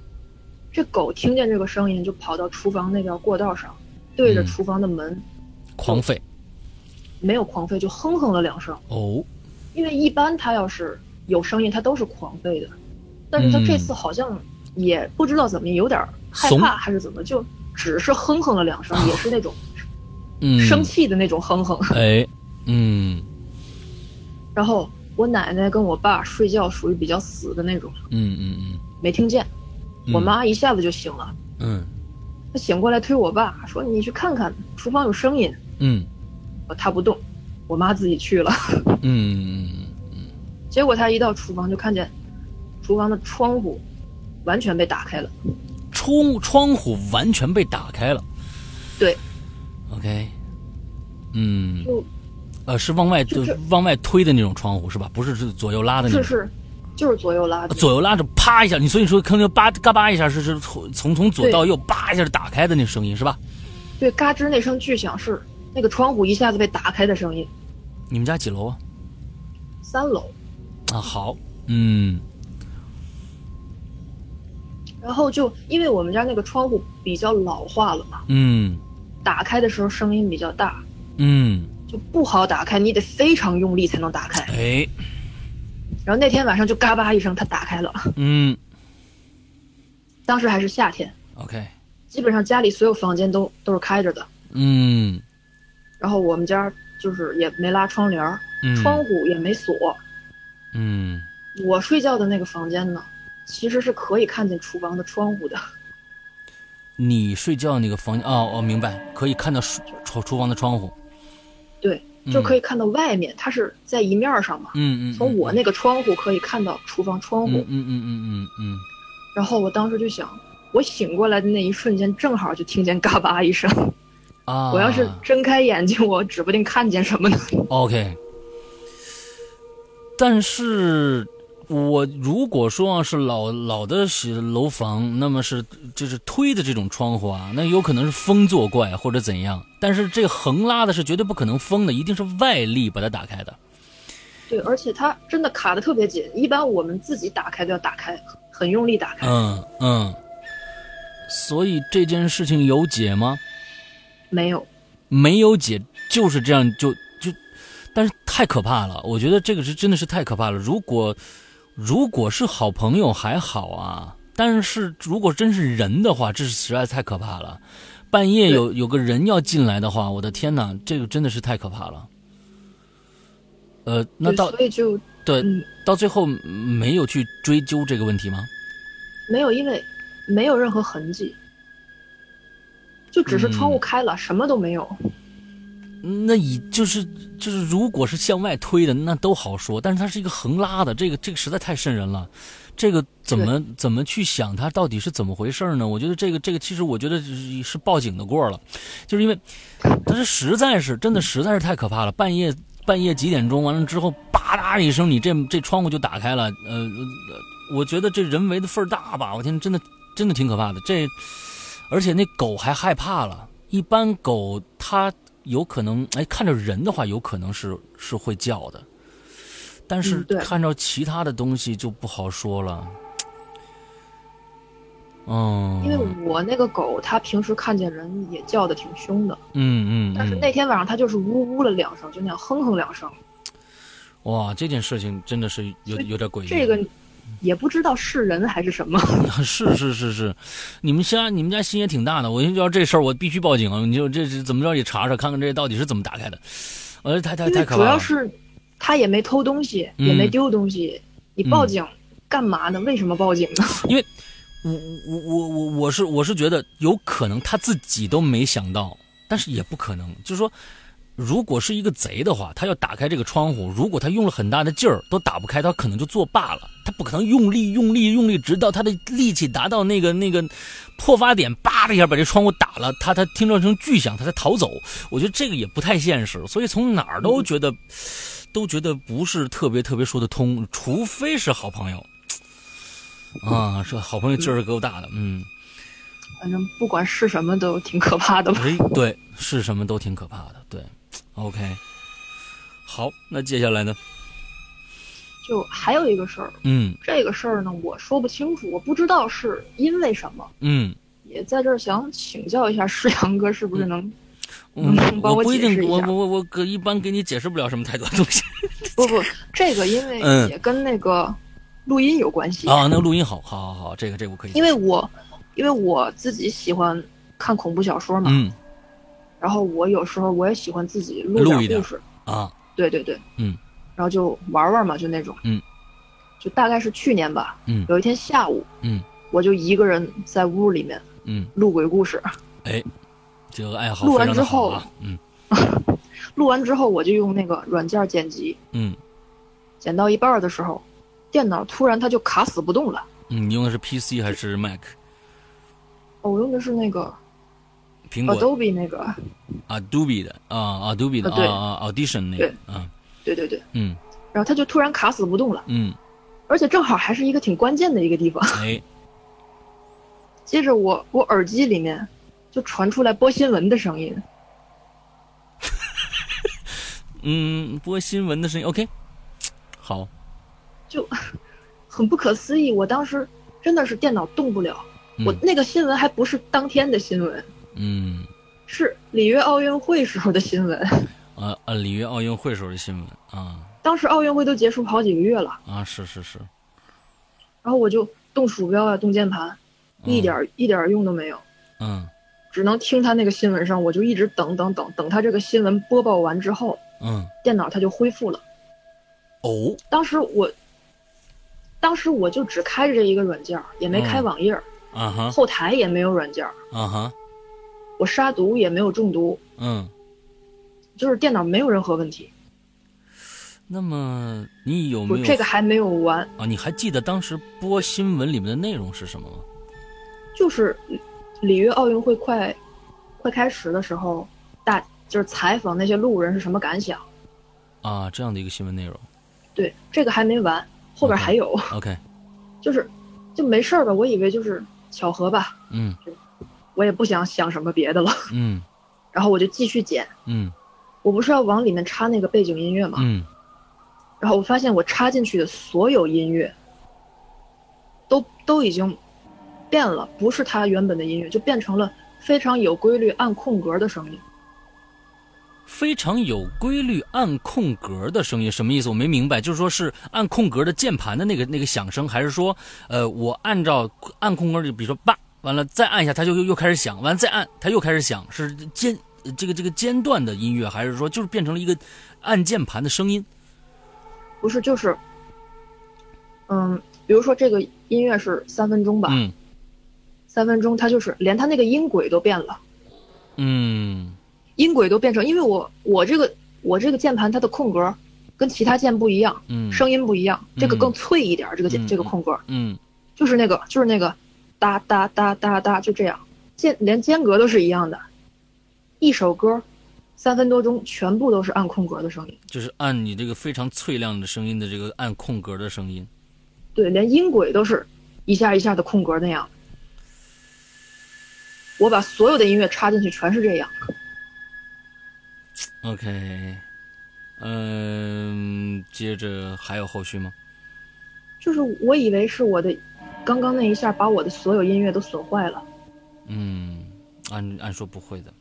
C: 这狗听见这个声音就跑到厨房那条过道上，对着
B: 嗯
C: 厨房的门、
B: 狂吠
C: 没有狂吠，就哼哼了两声。
B: 哦，
C: 因为一般它要是有声音，它都是狂吠的，但是它这次好像也不知道怎么有点害
B: 嗯怂
C: 怕还是怎么，就只是哼哼了两声，也是那种
B: 嗯，
C: 生气的那种哼 [laughs] 哼。
B: 哎，嗯
C: 然后我奶奶跟我爸睡觉属于比较死的那种，
B: 嗯嗯
C: 没听见。
B: 嗯，
C: 我妈一下子就醒了，
B: 嗯，
C: 她醒过来推我爸说：“你去看看厨房有声音。
B: 嗯”
C: 她不动，我妈自己去了。 [laughs]
B: 嗯嗯
C: 结果他一到厨房就看见厨房的窗户完全被打开了，
B: 嗯，窗窗户完全被打开了。
C: 对
B: ，OK，嗯，
C: 就
B: 呃，是往外
C: 就这
B: 往外推的那种窗户是吧？不是是左右拉的那
C: 是
B: 种，呃
C: 是就是左右拉
B: 嗯
C: 的，
B: 啊左右拉着啪一下，你所以说坑就叭嘎巴一下是是从从从左到右叭一下打开的那声音是吧？
C: 对嘎吱那声巨响是那个窗户一下子被打开的声音。
B: 你们家几楼啊？
C: 三楼，
B: 啊，好，嗯
C: 然后就因为我们家那个窗户比较老化了嘛，
B: 嗯
C: 打开的时候声音比较大，
B: 嗯，
C: 就不好打开，你得非常用力才能打开。
B: 哎，
C: 然后那天晚上就嘎巴一声，它打开了。
B: 嗯
C: 当时还是夏天，
B: ，OK，
C: 基本上家里所有房间都都是开着的。
B: 嗯
C: 然后我们家就是也没拉窗帘儿，
B: 嗯，
C: 窗户也没锁。
B: 嗯
C: 我睡觉的那个房间呢，其实是可以看见厨房的窗户的。
B: 你睡觉那个房间，哦哦，明白，可以看到厨厨厨房的窗户，
C: 对，
B: 嗯
C: 就可以看到外面，它是在一面儿上嘛。
B: 嗯嗯，
C: 从我那个窗户啊可以看到厨房窗户
B: 嗯，嗯嗯嗯嗯
C: 然后我当时就想，我醒过来的那一瞬间，正好就听见嘎巴一声。
B: 嗯啊，
C: [laughs] 我要是睁开眼睛，我指不定看见什么呢。 [laughs]
B: OK，但是我如果说啊是老老的是楼房，那么是就是推的这种窗户啊，那有可能是风作怪或者怎样。但是这横拉的是绝对不可能风的，一定是外力把它打开的。
C: 对，而且它真的卡的特别紧，一般我们自己打开都要打开，很用力打开。
B: 嗯嗯，所以这件事情有解吗？
C: 没有，
B: 没有解，就是这样就就，但是太可怕了，我觉得这个是真的是太可怕了。如果如果是好朋友还好啊，但是如果真是人的话，这是实在太可怕了。半夜有有个人要进来的话，我的天哪，这个真的是太可怕了。呃，那
C: 对
B: 到
C: 所以就
B: 对
C: 嗯
B: 到最后嗯没有去追究这个问题吗？
C: 没有，因为没有任何痕迹，就只是窗
B: 嗯
C: 户开了，什么都没有。
B: 啊那以就是就是，如果是向外推的，那都好说，但是它是一个横拉的，这个这个实在太瘆人了。这个怎么怎么去想它到底是怎么回事呢？我觉得这个这个其实我觉得是是报警的过了，就是因为它是实在是真的实在是太可怕了。半夜半夜几点钟完了之后，吧嗒一声，你这这窗户就打开了。呃，呃我觉得这人为的份儿大吧，我天，真的真的挺可怕的。这而且那狗还害怕了。一般狗它有可能，哎，看着人的话，有可能是是会叫的，但是
C: 嗯对
B: 看着其他的东西就不好说了。嗯，
C: 因为我那个狗，它平时看见人也叫的挺凶的，
B: 嗯嗯，
C: 但是
B: 嗯
C: 那天晚上它就是呜呜了两声，就那样哼哼两声。
B: 哇，这件事情真的是有有点诡异。
C: 这个也不知道是人还是什么。
B: [laughs] 是是是是，你们家你们家心也挺大的，我就要这事儿我必须报警啊！你就这是怎么着也查查看看这到底是怎么打开的，我觉得太太
C: 因
B: 太
C: 为
B: 可
C: 主
B: 怕
C: 要
B: 了。
C: 是他也没偷东西，
B: 嗯
C: 也没丢东西，你报警干嘛呢？为什么报警呢？ [laughs]
B: 我我我我我是我是觉得有可能他自己都没想到，但是也不可能，就是说。如果是一个贼的话，他要打开这个窗户，如果他用了很大的劲儿都打不开，他可能就作罢了。他不可能用力、用力、用力，直到他的力气达到那个那个破发点，叭的一下把这窗户打了，他他听到一声巨响，他才逃走。我觉得这个也不太现实，所以从哪儿都觉得、都觉得不是特别特别说得通，除非是好朋友啊，是好朋友劲儿够大的，嗯。
C: 反正不管是什么都挺可怕的吧。
B: 哎，对，是什么都挺可怕的。对，OK，好，那接下来呢？
C: 就还有一个事儿，
B: 嗯
C: 这个事儿呢，我说不清楚，我不知道是因为什么。
B: 嗯，
C: 也在这儿想请教一下师阳哥，是不是能、
B: 我
C: 嗯帮我
B: 不一
C: 解释
B: 定，
C: 一
B: 我
C: 下
B: 我我我可一般给你解释不了什么太多东 [laughs] 西
C: 不不，这个因为
B: 嗯
C: 也跟那个录音有关系，
B: 啊。那个录音好，好好好，这个这个我可以。
C: 因为我因为我自己喜欢看恐怖小说嘛，
B: 嗯
C: 然后我有时候我也喜欢自己录
B: 录
C: 点
B: 一点
C: 故事，
B: 啊
C: 对对对，
B: 嗯，
C: 然后就玩玩嘛，就那种，
B: 嗯，
C: 就大概是去年吧，
B: 嗯
C: 有一天下午，
B: 嗯，
C: 我就一个人在屋里面
B: 嗯，
C: 录鬼故事， [laughs]
B: 这个爱好
C: 录
B: 非
C: 完
B: 常的
C: 之
B: 好
C: 后
B: 啊。嗯
C: 录完之后我就用那个软件剪辑，
B: 嗯
C: 剪到一半儿的时候，电脑突然它就卡死不动了，
B: 嗯，你用的是 PC 还是 Mac？
C: 哦我用的是那个
B: 苹果
C: Adobe 那个，
B: Adobe 的啊，Adobe 的
C: 哦啊对
B: 啊啊，Audition 那个啊，
C: 对对对，
B: 嗯
C: 然后它就突然卡死不动了，
B: 嗯，
C: 而且正好还是一个挺关键的一个地方，
B: 哎，
C: 接着我我耳机里面就传出来播新闻的声音，
B: 嗯，播新闻的声音，OK，好，
C: 很不可思议，我当时真的是电脑动不了。
B: 嗯
C: 我那个新闻还不是当天的新闻，
B: 嗯
C: 是里约奥运会时候的新闻，
B: 呃呃，里约奥运会时候的新闻啊
C: 当时奥运会都结束好几个月了，
B: 啊，是是是，
C: 然后我就动鼠标啊，动键盘，
B: 嗯
C: 一点儿一点儿用都没有，
B: 嗯
C: 只能听他那个新闻上，我就一直等等等等他这个新闻播报完之后，
B: 嗯，
C: 电脑它就恢复了。
B: 哦，
C: 当时我，当时我就只开着这一个软件儿，也没开
B: 嗯
C: 网页儿，
B: 啊哈
C: 后台也没有软件儿，
B: 啊哈，
C: 我杀毒也没有中毒，
B: 嗯，
C: 就是电脑没有任何问题。
B: 那么你有
C: 我
B: 没有
C: 这个还没有完，
B: 啊？你还记得当时播新闻里面的内容是什么吗？
C: 就是里约奥运会快快开始的时候，大就是采访那些路人是什么感想。
B: 啊，这样的一个新闻内容
C: 对，这个还没完，后边
B: OK
C: 还有，
B: ，OK，
C: [laughs] 就是就没事儿吧？我以为就是巧合吧，
B: 嗯
C: 我也不想想什么别的了。
B: 嗯
C: [laughs] 然后我就继续剪，
B: 嗯
C: 我不是要往里面插那个背景音乐吗？
B: 嗯，
C: 然后我发现我插进去的所有音乐，都都已经变了，不是它原本的音乐，就变成了非常有规律按空格的声音。
B: 非常有规律按空格的声音，什么意思？我没明白，就是说是按空格的键盘的那个那个响声，还是说呃，我按照按空格，就比如说叭，完了再按一下，它就又又开始响，完了再按它又开始响，是间呃这个这个间断的音乐，还是说就是变成了一个按键盘的声音？
C: 不是，就是，嗯，比如说这个音乐是三分钟吧，
B: 嗯
C: 三分钟它就是连它那个音轨都变了，
B: 嗯
C: 音轨都变成，因为我我这个我这个键盘它的空格跟其他键不一样，
B: 嗯，
C: 声音不一样，这个更脆一点儿，这个键、
B: 嗯
C: 这个空格
B: 嗯
C: 就是那个就是那个哒哒哒哒哒就这样，间连间隔都是一样的，一首歌三分多钟全部都是按空格的声音，
B: 就是按你这个非常脆亮的声音的这个按空格的声音。
C: 对，连音轨都是一下一下的空格那样。我把所有的音乐插进去，全是这样。
B: OK，嗯、接着还有后续吗？
C: 就是我以为是我的，刚刚那一下把我的所有音乐都损坏了，
B: 嗯，按按说不会的。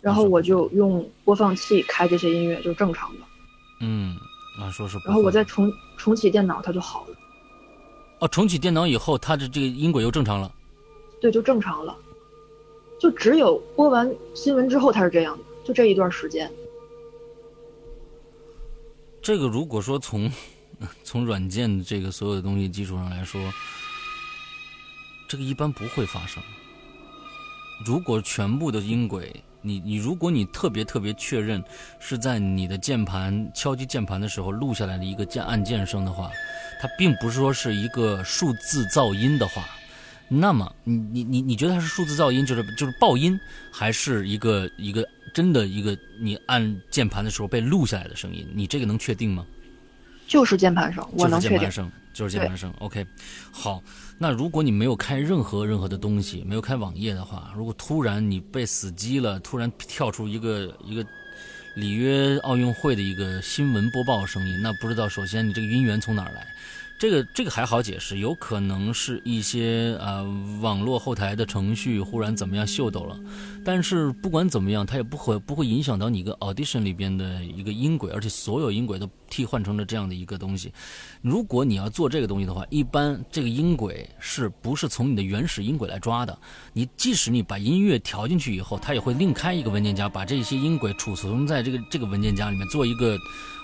C: 然后我就用播放器开这些音乐，就是正常的。
B: 嗯，按说是不会的。
C: 然后我再重重启电脑，它就好了，
B: 哦，重启电脑以后，它的这个音轨又正常了。
C: 对，就正常了。就只有播完新闻之后，它是这样的，就这一段时间。
B: 这个如果说从从软件这个所有的东西基础上来说，这个一般不会发生。如果全部的音轨，你你如果你特别特别确认是在你的键盘敲击键盘的时候录下来的一个键按键声的话，它并不是说是一个数字噪音的话，那么你你你你觉得它是数字噪音，就是就是爆音，还是一个一个真的一个你按键盘的时候被录下来的声音？你这个能确定吗？
C: 就是键盘声，我能
B: 就是键
C: 确定
B: 盘。声，就是键盘声。OK，好，那如果你没有开任何任何的东西，没有开网页的话，如果突然你被死机了，突然跳出一个一个里约奥运会的一个新闻播报声音，那不知道首先你这个音源从哪儿来？这个这个还好解释，有可能是一些呃网络后台的程序忽然怎么样秀逗了，但是不管怎么样，它也不会不会影响到你一个 audition 里边的一个音轨，而且所有音轨都替换成了这样的一个东西。如果你要做这个东西的话，一般这个音轨是不是从你的原始音轨来抓的？你即使你把音乐调进去以后，它也会另开一个文件夹，把这些音轨储存在这个这个文件夹里面，做一个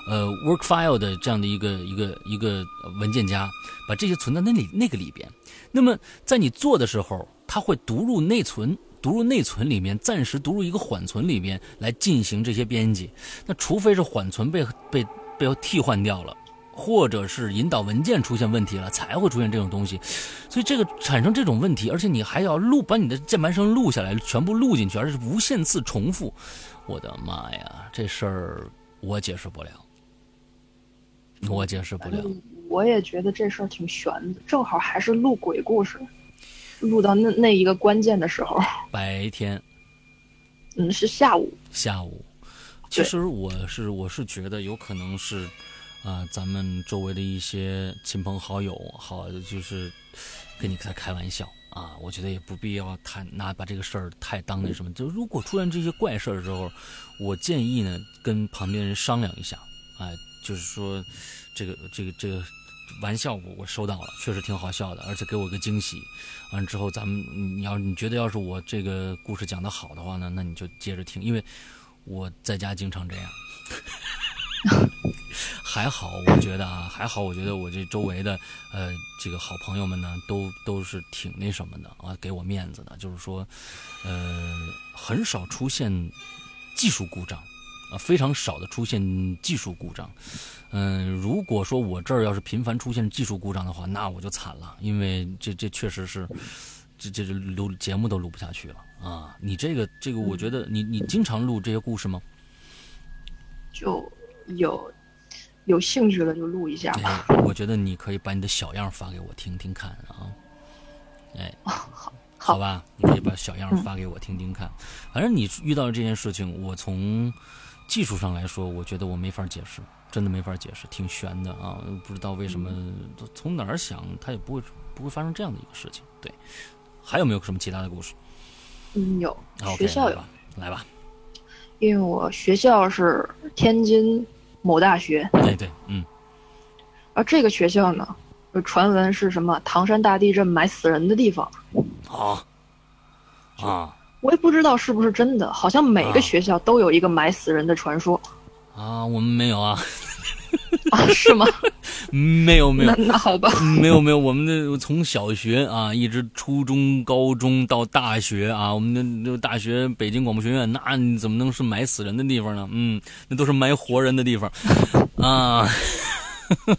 B: 呃 work file 的这样的一个一个一个呃文件夹，把这些呃存在那里那个里边。那么在你做的时候，它会读入内存。读入内存里面，暂时读入一个缓存里面来进行这些编辑。那除非是缓存被被被替换掉了，或者是引导文件出现问题了，才会出现这种东西。所以这个产生这种问题，而且你还要录，把你的键盘声录下来，全部录进去，而且是无限次重复。我的妈呀，这事儿我解释不了，我解释不了。
C: 我也觉得这事儿挺悬的，正好还是录鬼故事，录到那那一个关键的时候，
B: 白天
C: 嗯，是下午，
B: 下午。其
C: 对
B: 实我是我是觉得有可能是，啊、咱们周围的一些亲朋好友，好就是跟你在开玩笑啊，我觉得也不必要太拿把这个事儿太当那什么。就如果出现这些怪事儿之后，我建议呢跟旁边人商量一下，哎，就是说这个这个这个玩笑我我收到了，确实挺好笑的，而且给我一个惊喜。完了之后，咱们你要你觉得要是我这个故事讲得好的话呢，那你就接着听，因为我在家经常这样。 [laughs] 还好，我觉得啊，还好，我觉得我这周围的呃这个好朋友们呢，都都是挺那什么的啊，给我面子的，就是说，呃，很少出现技术故障啊，非常少的出现技术故障。嗯、如果说我这儿要是频繁出现技术故障的话，那我就惨了，因为这这确实是。这这这录节目都录不下去了啊！你这个这个，我觉得你你经常录这些故事吗？
C: 就有有兴趣了就录一下吧。
B: 哎，我觉得你可以把你的小样发给我听听看啊。哎，
C: 哦
B: 好吧，你可以把小
C: 嗯
B: 样发给我听听看。反正你遇到这件事情，我从技术上来说，我觉得我没法解释，真的没法解释，挺悬的啊，不知道为什么，
C: 嗯
B: 从哪儿想，它也不会不会发生这样的一个事情。对，还有没有什么其他的故事？
C: 嗯，有
B: 啊，OK，
C: 学校
B: 来
C: 有
B: 吧，来吧。
C: 因为我学校是天津某大学，
B: 哎，对，嗯，
C: 而这个学校呢，就传闻是什么唐山大地震埋死人的地方，
B: 好啊
C: 我也不知道是不是真的，好像每
B: 啊
C: 个学校都有一个埋死人的
B: [laughs]
C: 传说
B: 啊，我们没有啊，
C: 啊，是吗？
B: 没有 [laughs] 没有
C: 那，那好
B: [laughs]
C: 吧，
B: 没有没有，我们的从小学啊，一直初中、高中到大学啊，我们的那个大学北京广播学院，那你怎么能是埋死人的地方呢？嗯，那都是埋活人的地
C: [laughs]
B: 方啊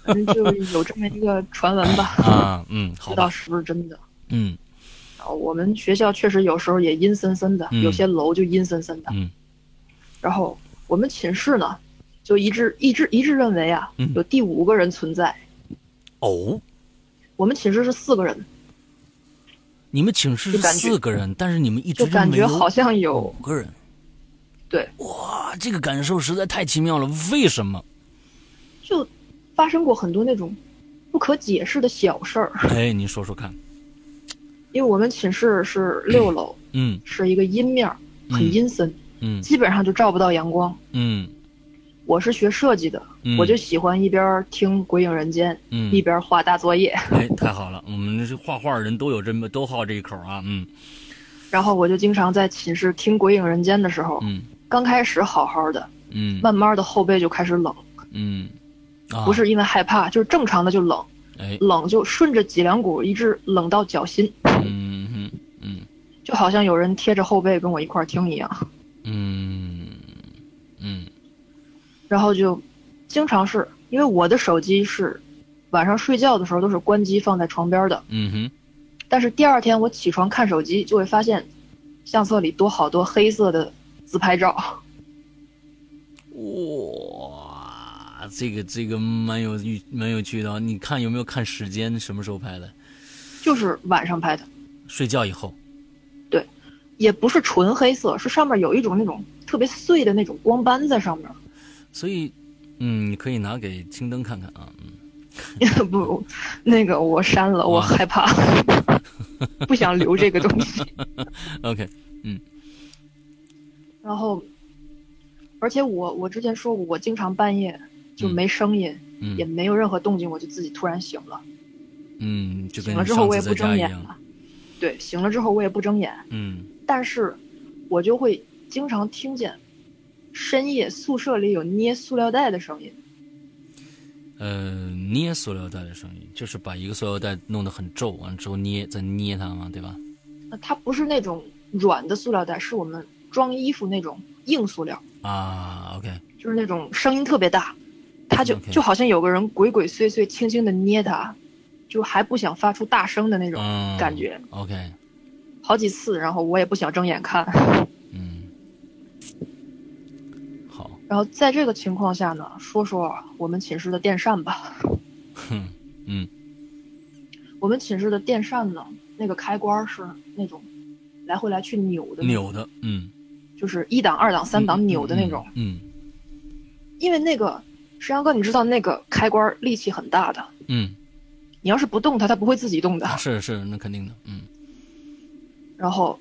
C: 反正就是有这么一个传闻吧，
B: 啊，嗯，
C: 不
B: 好
C: 知道
B: 吧，
C: 是不是真的。
B: 嗯
C: 啊，我们学校确实有时候也阴森森的，
B: 嗯
C: 有些楼就阴森森的。
B: 嗯
C: 然后我们寝室呢，就一致一致一致认为啊
B: 嗯，
C: 有第五个人存在。
B: 哦，
C: 我们寝室是四个人，
B: 你们寝室是
C: 就感觉
B: 四个人，但是你们一直
C: 就感
B: 认为
C: 觉
B: 有哦
C: 哦好像有
B: 五个人，
C: 对，
B: 哇，这个感受实在太奇妙了，为什么？
C: 就发生过很多那种不可解释的小事儿。
B: 哎，您说说看，
C: 因为我们寝室是六楼，
B: 嗯
C: 是一个阴面儿，很
B: 嗯
C: 阴森，
B: 嗯
C: 基本上就照不到阳光。
B: 嗯
C: 我是学设计的，
B: 嗯，
C: 我就喜欢一边儿听《鬼影人间》
B: 嗯
C: 一边儿画大作业，
B: [laughs] 哎，太好了，我们这画画人都有这么都好这一口啊，嗯
C: 然后我就经常在寝室听《鬼影人间》的时候，
B: 嗯
C: 刚开始好好的，
B: 嗯
C: 慢慢的后背就开始冷，
B: 嗯，啊
C: 不是因为害怕，就是正常的就冷，
B: 哎，
C: 冷就顺着脊梁骨一直冷到脚心，
B: 嗯哼嗯
C: 就好像有人贴着后背跟我一块儿听一样，
B: 嗯嗯
C: 然后就经常是因为我的手机是晚上睡觉的时候都是关机放在床边的，
B: 嗯哼，
C: 但是第二天我起床看手机就会发现相册里多好多黑色的自拍照。 [laughs]
B: 哇，这个这个蛮有趣蛮有趣的啊，你看有没有看时间什么时候拍的？
C: 就是晚上拍的，
B: 睡觉以后，
C: 也不是纯黑色，是上面有一种那种特别碎的那种光斑在上面。 [laughs]
B: 所以嗯，你可以拿给青灯看看啊，嗯，
C: 不，那个我删了，我害怕， [laughs] 不想留这个
B: [laughs]
C: 东西。
B: OK，
C: 然后，而且我我之前说过，我经常半夜就没声音，
B: 嗯
C: 也没有任何动静，我就自己突然醒了。
B: 嗯，就跟
C: 醒了
B: 你
C: 之后
B: 上
C: 我
B: 次
C: 也
B: 在
C: 不
B: 家
C: 睁
B: 一
C: 眼
B: 样，
C: 了。对，醒了之后我也不睁眼，
B: 嗯
C: 但是我就会经常听见深夜宿舍里有捏塑料袋的声音。
B: 呃，捏塑料袋的声音，就是把一个塑料袋弄得很皱，完了之后捏，再捏它嘛，对吧？
C: 呃它不是那种软的塑料袋，是我们装衣服那种硬塑料，
B: 啊，OK，
C: 就是那种声音特别大，它就
B: OK
C: 就好像有个人鬼鬼祟祟、轻轻的捏它，就还不想发出大声的那种
B: 嗯，
C: 感觉，
B: ，OK，
C: 好几次，然后我也不想睁眼看。
B: 嗯，好，
C: [laughs] 然后在这个情况下呢，说说我们寝室的电扇吧。
B: 哼， [laughs] 嗯
C: 我们寝室的电扇呢，那个开关是那种来回来去扭的，
B: 扭的，嗯，
C: 就是一档、二档、三档扭的那种。
B: 嗯，
C: 因为那个石阳哥，你知道那个开关力气很大的，
B: 嗯嗯，
C: 你要是不动它，它不会自己动的。
B: 是是，那肯定的，嗯
C: 然后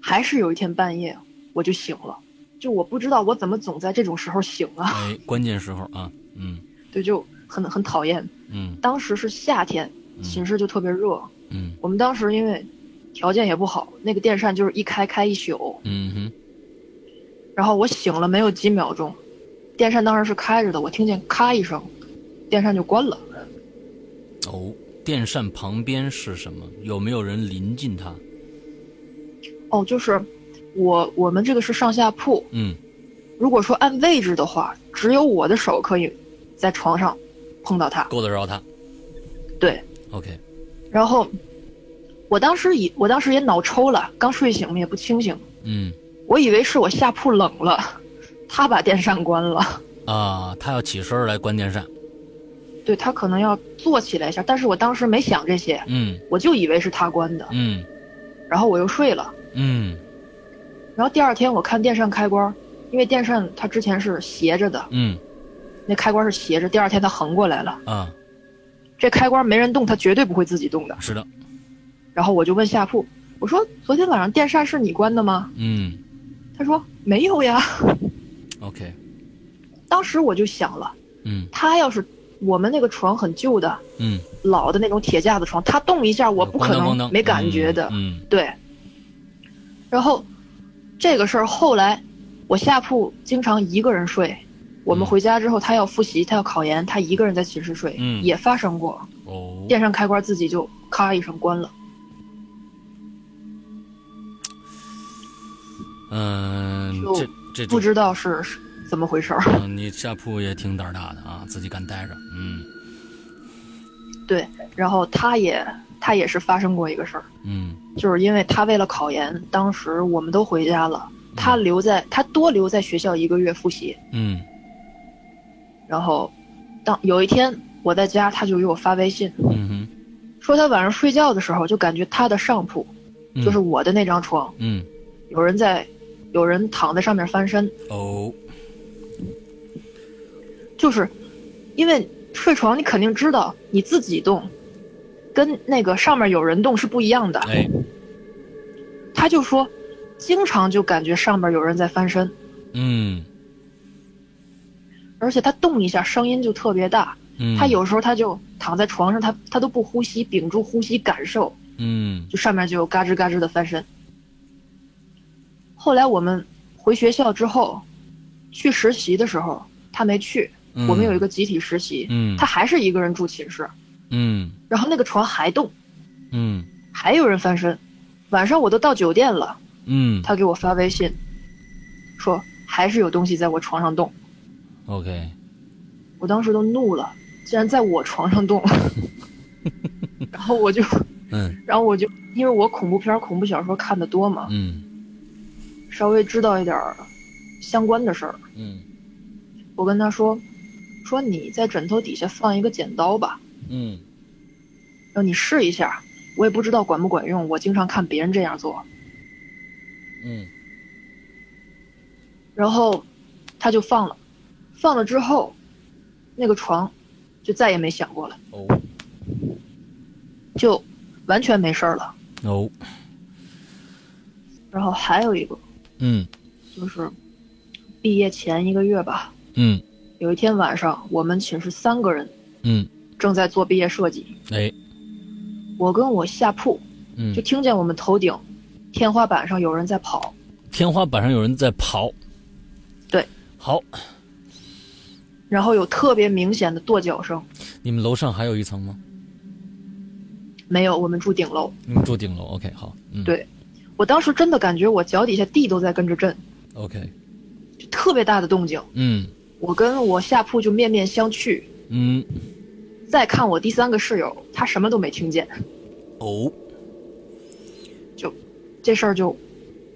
C: 还是有一天半夜我就醒了，就我不知道我怎么总在这种时候醒啊， [laughs]
B: 哎，关键时候啊，嗯
C: 对，就很很讨厌。
B: 嗯
C: 当时是夏天，寝室就特别热，
B: 嗯
C: 我们当时因为条件也不好，那个电扇就是一开开一宿，
B: 嗯哼，
C: 然后我醒了没有几秒钟，电扇当时是开着的，我听见咔一声，电扇就关了。
B: 哦，电扇旁边是什么？有没有人临近它？
C: 哦，就是我我们这个是上下铺，
B: 嗯
C: 如果说按位置的话，只有我的手可以在床上碰到它。
B: 够得着它。
C: 对，
B: OK，
C: 然后我当时以我当时也脑抽了，刚睡醒嘛也不清醒，
B: 嗯
C: 我以为是我下铺冷了，他把电扇关了。 [laughs]
B: 啊，他要起身儿来关电扇。
C: 对他可能要坐起来一下，但是我当时没想这些，
B: 嗯
C: 我就以为是他关的，
B: 嗯
C: 然后我又睡了。
B: 嗯
C: 然后第二天我看电扇开关，因为电扇它之前是斜着的，
B: 嗯
C: 那开关是斜着，第二天它横过来了。
B: 啊，
C: 这开关没人动，它绝对不会自己动的。
B: 是的，
C: 然后我就问下铺，我说昨天晚上电扇是你关的吗？
B: 嗯
C: 他说没有呀。
B: ，OK，
C: 当时我就想了，
B: 嗯
C: 他要是我们那个床很旧的、
B: 嗯，
C: 老的那种铁架子床，他动一下我不可
B: 咣当咣
C: 能
B: 当
C: 没感觉的。
B: 嗯
C: 对。然后这个事儿后来，我下铺经常一个人睡。我
B: 嗯
C: 们回家之后，他要复习，他要考研，他一个人在寝室睡，
B: 嗯
C: 也发生过
B: 嗯哦，
C: 电扇开关自己就咔一声关了。
B: 嗯，
C: 就
B: 这这
C: 不
B: 种
C: 知道是是怎么回事儿。
B: 嗯，你下铺也挺胆儿大的啊，自己敢待着。嗯
C: 对，然后他也他也是发生过一个事儿，
B: 嗯
C: 就是因为他为了考研，当时我们都回家了，他留在他多留在学校一个月复习，
B: 嗯
C: 然后当有一天我在家，他就给我发微信
B: 嗯哼
C: 说他晚上睡觉的时候就感觉他的上铺，
B: 嗯
C: 就是我的那张床，
B: 嗯
C: 有人在有人躺在上面翻身，
B: 哦，
C: 就是因为睡床你肯定知道你自己动。跟那个上面有人动是不一样的，
B: 哎，
C: 他就说，经常就感觉上面有人在翻身，
B: 嗯
C: 而且他动一下声音就特别大。
B: 嗯，
C: 他有时候他就躺在床上，他他都不呼吸，屏住呼吸感受，
B: 嗯
C: 就上面就嘎吱嘎吱的翻身。后来我们回学校之后，去实习的时候他没去，
B: 嗯
C: 我们有一个集体实习，
B: 嗯
C: 他还是一个人住寝室，
B: 嗯
C: 然后那个床还动，
B: 嗯
C: 还有人翻身。晚上我都到酒店了，
B: 嗯
C: 他给我发微信，说还是有东西在我床上动。
B: ，OK，
C: 我当时都怒了，竟然在我床上动，然后我就，
B: 嗯
C: 然后我就，因为我恐怖片儿、恐怖小说看的多嘛，
B: 嗯
C: 稍微知道一点儿相关的事儿。
B: 嗯
C: 我跟他说，说你在枕头底下放一个剪刀吧，
B: 嗯
C: 让你试一下。我也不知道管不管用，我经常看别人这样做。
B: 嗯
C: 然后他就放了，放了之后，那个床就再也没响过了，
B: 哦
C: 就完全没事儿了。
B: 哦
C: 然后还有一个，
B: 嗯
C: 就是毕业前一个月吧，
B: 嗯
C: 有一天晚上，我们寝室三个人
B: 嗯，
C: 正在做毕业设计，
B: 哎
C: 我跟我下铺
B: 嗯
C: 就，听见我们头顶天花板上有人在跑，
B: 天花板上有人在跑，
C: 对，
B: 好，
C: 然后有特别明显的跺脚声。
B: 你们楼上还有一层吗？
C: 没有，我们住顶楼。
B: 你们住顶楼，OK，好，嗯，
C: 对我当时真的感觉我脚底下地都在跟着震，
B: ，OK，
C: 就特别大的动静。
B: 嗯
C: 我跟我下铺就面面相觑。
B: 嗯，
C: 再看我第三个室友，他什么都没听见，
B: 哦，
C: 这事儿就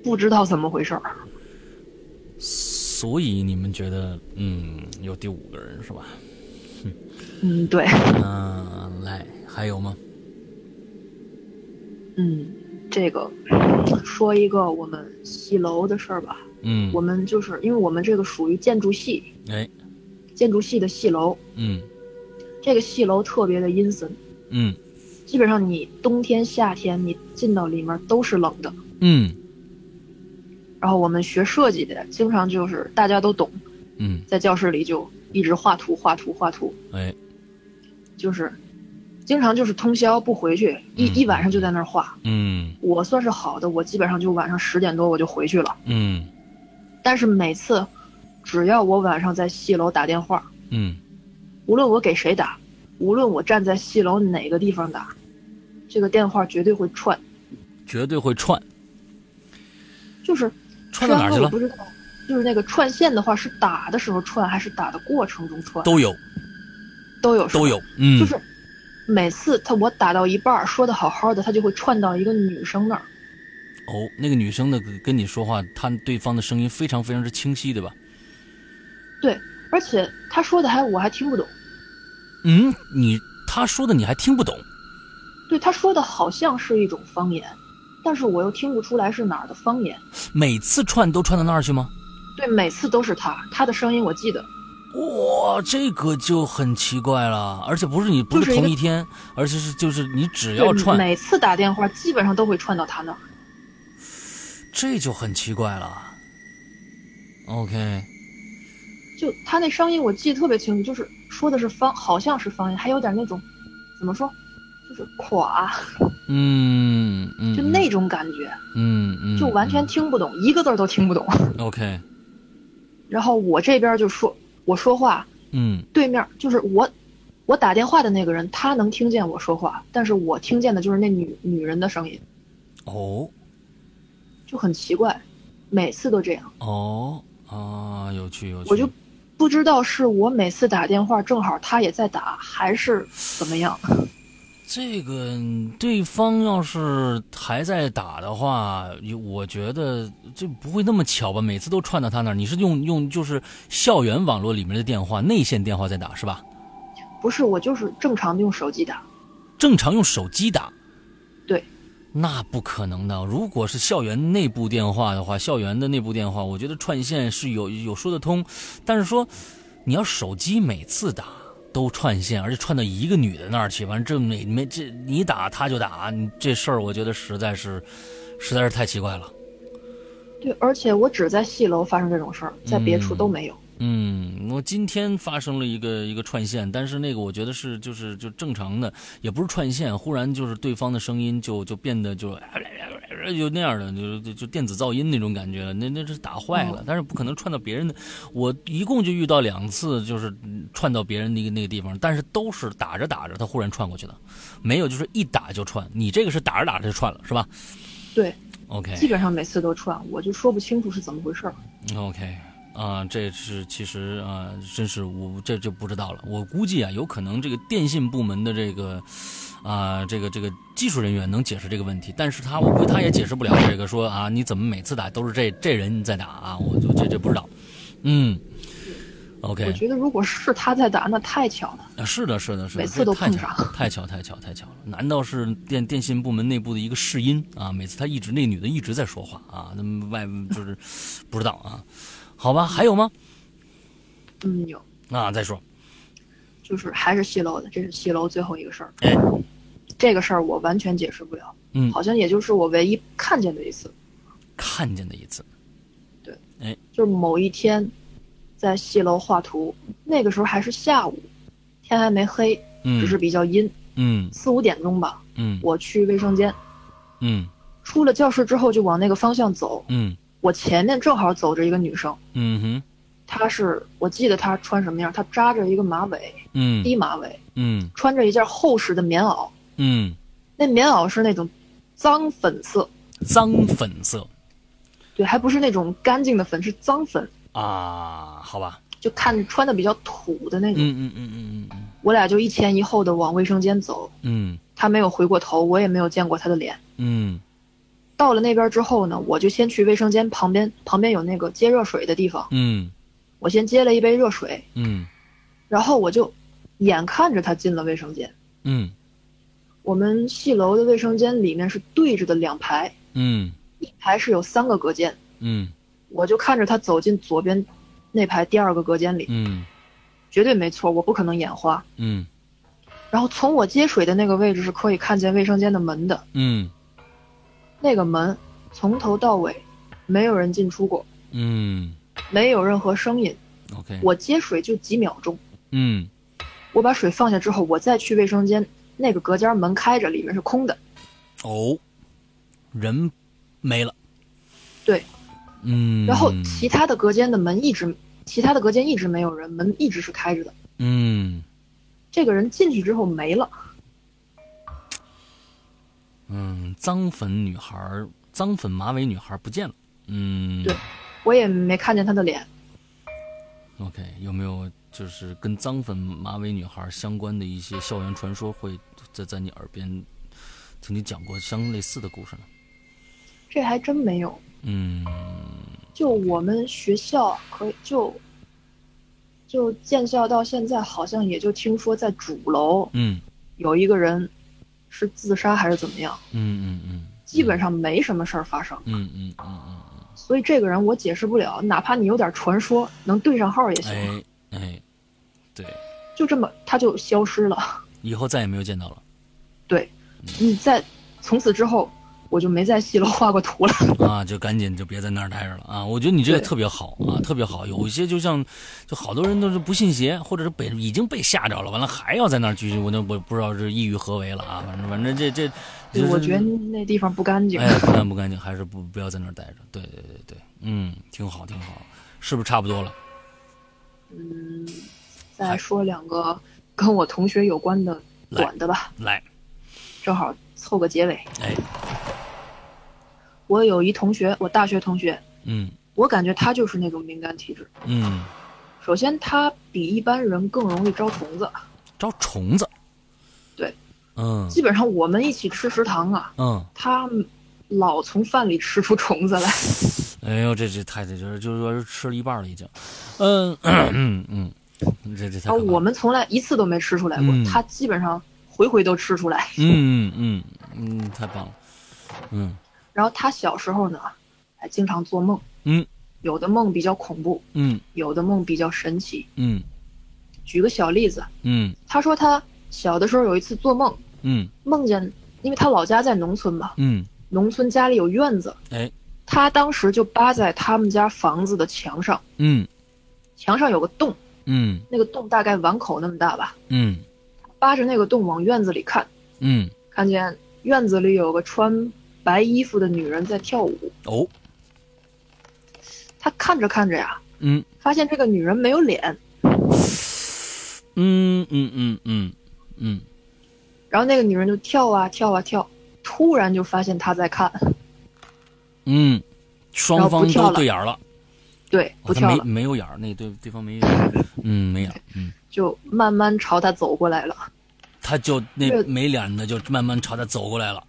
C: 不知道怎么回事儿。
B: 所以你们觉得，嗯，有第五个人是吧？
C: 嗯，对，
B: 嗯，来，还有吗？
C: 嗯，这个说一个我们西楼的事儿吧。
B: 嗯，
C: 我们就是因为我们这个属于建筑系，
B: 哎，
C: 建筑系的系楼，
B: 嗯
C: 这个系楼特别的阴森，
B: 嗯
C: 基本上你冬天、夏天你进到里面都是冷的，
B: 嗯
C: 然后我们学设计的，经常就是大家都懂，
B: 嗯，
C: 在教室里就一直画图、画图、画图，
B: 哎，
C: 就是经常就是通宵不回去，一、
B: 嗯
C: 一晚上就在那儿画。
B: 嗯
C: 我算是好的，我基本上就晚上十点多我就回去了。
B: 嗯
C: 但是每次，只要我晚上在戏楼打电话，
B: 嗯
C: 无论我给谁打，无论我站在戏楼哪个地方打，这个电话绝对会串，
B: 绝对会串，
C: 就是
B: 串到哪儿去
C: 虽然说我
B: 了？
C: 不知道，就是那个串线的话是打的时候串还是打的过程中串，
B: 都有，
C: 都有是吧
B: 都有，嗯，
C: 就是每次他我打到一半儿说的好好的，他就会串到一个女生那儿。
B: 哦，那个女生的跟你说话，她对方的声音非常非常之清晰，对吧？
C: 对，而且他说的还我还听不懂。
B: 嗯，你她说的你还听不懂，
C: 对，他说的好像是一种方言，但是我又听不出来是哪儿的方言。
B: 每次串都串到那儿去吗？
C: 对，每次都是他，他的声音我记得。
B: 哇，这个就很奇怪了，而且不是你不
C: 就是是一
B: 同
C: 个
B: 一天，而且是就是你只
C: 对
B: 要串，
C: 每次打电话基本上都会串到他那儿。
B: 这就很奇怪了。OK，
C: 就他那声音我记得特别清楚，就是说的是方，好像是方言，还有点那种怎么说，就是垮，
B: 嗯嗯，
C: 就那种感觉，
B: 嗯嗯，
C: 就完全
B: 嗯
C: 听不懂，一个字儿都听不懂。
B: OK，
C: 然后我这边就说我说话，
B: 嗯
C: 对面就是我，我打电话的那个人，他能听见我说话，但是我听见的就是那女女人的声音，
B: 哦
C: 就很奇怪，每次都这样，
B: 哦啊，有趣有趣，
C: 我就不知道是我每次打电话正好他也在打，还是怎么样。
B: 这个嗯对方要是还在打的话，有我觉得这不会那么巧吧？每次都串到他那儿，你是用用就是校园网络里面的电话，内线电话在打是吧？
C: 不是，我就是正常用手机打，
B: 正常用手机打，
C: 对，
B: 那不可能的。如果是校园内部电话的话，校园的内部电话，我觉得串线是有有说得通，但是说你要手机每次打都串线，而且串到一个女的那儿去，完这每没这你打她就打，你这事儿我觉得实在是实在是太奇怪了。
C: 对，而且我只在戏楼发生这种事儿，在别处都没有。
B: 嗯，我今天发生了一个一个串线，但是那个我觉得是就是就正常的，也不是串线，忽然就是对方的声音就就变得就 [laughs] 就那样的，就就就电子噪音那种感觉了，那那是打坏了，但是不可能串到别人的。我一共就遇到两次，就是嗯串到别人那个那个地方，但是都是打着打着他忽然串过去的，没有就是一打就串。你这个是打着打着就串了，是吧
C: 对，
B: ？OK，
C: 基本上每次都串，我就说不清楚是怎么回事儿。
B: OK，啊，这是其实啊，真是我这就不知道了。我估计啊，有可能这个电信部门的这个啊，这个这个技术人员能解释这个问题，但是他我估计他也解释不了这个说啊，你怎么每次打都是这这人在打啊？我就这这不知道。嗯
C: 我
B: ，OK，
C: 觉得如果是他在打，那太巧了。
B: 啊是的，是的，是的，
C: 每次
B: 这
C: 都
B: 太
C: 碰
B: 巧
C: 上
B: 太巧，太巧，太巧了。难道是电电信部门内部的一个试音啊？每次他一直那女的一直在说话啊，那么外就是不知道啊。好吧，还有吗？
C: 嗯，有，
B: 啊，再说，
C: 就是还是戏楼的，这是戏楼最后一个事儿。
B: 哎，
C: 这个事儿我完全解释不了，
B: 嗯
C: 好像也就是我唯一看见的一次，
B: 看见的一次，
C: 就是某一天，在戏楼画图，那个时候还是下午，天还没黑，
B: 嗯，
C: 只是比较阴，
B: 嗯
C: 四五点钟吧，
B: 嗯
C: 我去卫生间，
B: 嗯
C: 出了教室之后就往那个方向走，
B: 嗯
C: 我前面正好走着一个女生，
B: 嗯哼
C: 她是我记得她穿什么样，她扎着一个马尾，
B: 嗯
C: 低马尾，
B: 嗯
C: 穿着一件厚实的棉袄，
B: 嗯，
C: 那棉袄是那种脏粉色，
B: 脏粉色
C: 对，还不是那种干净的粉，是脏粉。
B: 啊，好吧，
C: 就看着穿的比较土的那种。
B: 嗯嗯嗯嗯嗯
C: 我俩就一前一后的往卫生间走，
B: 嗯
C: 他没有回过头，我也没有见过他的脸。
B: 嗯
C: 到了那边之后呢，我就先去卫生间旁边，旁边有那个接热水的地方，
B: 嗯
C: 我先接了一杯热水，
B: 嗯
C: 然后我就眼看着他进了卫生间。
B: 嗯
C: 我们戏楼的卫生间里面是对着的两排，
B: 嗯
C: 一排是有三个隔间，
B: 嗯
C: 我就看着他走进左边那排第二个隔间里，
B: 嗯
C: 绝对没错，我不可能眼花。
B: 嗯
C: 然后从我接水的那个位置是可以看见卫生间的门的，
B: 嗯
C: 那个门从头到尾没有人进出过，
B: 嗯
C: 没有任何声音。
B: ，OK，
C: 我接水就几秒钟，
B: 嗯
C: 我把水放下之后，我再去卫生间，那个隔间门开着，里面是空的。
B: 哦，人没了，
C: 对，
B: 嗯，
C: 然后其他的隔间的门一直，其他的隔间一直没有人，门一直是开着的。
B: 嗯
C: 这个人进去之后没了，
B: 嗯，脏粉女孩儿，脏粉马尾女孩儿不见了，嗯，
C: 对我也没看见他的脸。
B: OK，有没有就是跟脏粉马尾女孩相关的一些校园传说，会在在你耳边曾经讲过相类似的故事呢？
C: 这还真没有。
B: 嗯
C: 就我们学校可以就就建校到现在，好像也就听说在主楼
B: 嗯
C: 有一个人是自杀还是怎么样，
B: 嗯嗯嗯
C: 基本上没什么事儿发生。
B: 嗯嗯嗯嗯，
C: 所以这个人我解释不了，哪怕你有点传说，能对上号也行。
B: 哎哎，对，
C: 就这么他就消失了。 [laughs]
B: 以后再也没有见到了
C: 对，
B: 嗯
C: 你在从此之后，我就没在戏楼画过图了。
B: 啊，就赶紧就别在那儿待着了啊！我觉得你这个
C: 对
B: 特别好啊，特别好。有一些就像，就好多人都是不信邪，或者是被已经被吓着了，完了还要在那儿继续，我都我不知道是意欲何为了啊！反正反正这这，
C: 对
B: 就是
C: 我觉得那地方不干净。
B: 哎，不干不干净，还是不不要在那儿待着。对对对对，嗯，挺好挺好，是不是差不多了？
C: 嗯，再说两个跟我同学有关的
B: 来
C: 短的吧，
B: 来，
C: 正好凑个结尾。
B: 哎，
C: 我有一同学，我大学同学，
B: 嗯
C: 我感觉他就是那种敏感体质。
B: 嗯，
C: 首先，他比一般人更容易招虫子。
B: 招虫子，
C: 对，
B: 嗯
C: 基本上我们一起吃食堂啊，
B: 嗯，
C: 他老从饭里吃出虫子
B: [laughs]
C: 来。
B: 哎呦，这这太这就是就是说是吃了一半了已经，嗯嗯嗯，这这太
C: 然后
B: 可怕
C: 哦
B: 了，
C: 我们从来一次都没吃出来过，
B: 嗯
C: 他基本上回回都吃出来。
B: 嗯嗯嗯，太棒了，嗯
C: 然后他小时候呢，还经常做梦，
B: 嗯，
C: 有的梦比较恐怖，
B: 嗯
C: 有的梦比较神奇。
B: 嗯
C: 举个小例子，
B: 嗯
C: 他说他小的时候有一次做梦，
B: 嗯
C: 梦见，因为他老家在农村嘛，
B: 嗯，
C: 农村家里有院子，
B: 哎，
C: 他当时就扒在他们家房子的墙上，
B: 嗯
C: 墙上有个洞，
B: 嗯
C: 那个洞大概碗口那么大吧，
B: 嗯
C: 扒着那个洞往院子里看，
B: 嗯，
C: 看见院子里有个穿白衣服的女人在跳舞，
B: 哦，
C: 他看着看着呀，
B: 嗯
C: 发现这个女人没有脸，
B: 嗯嗯嗯嗯嗯，
C: 然后那个女人就跳啊跳啊跳，突然就发现他在看，
B: 嗯，双方
C: 然
B: 都
C: 后不跳了
B: 对眼儿了。
C: 对，
B: 哦
C: 不
B: 他
C: 跳
B: 没
C: 了，
B: 没有眼儿，那对对方没，嗯，没眼儿，嗯，
C: 就慢慢朝他走过来了。
B: 他就那
C: 对
B: 没脸的就慢慢朝他走过来了，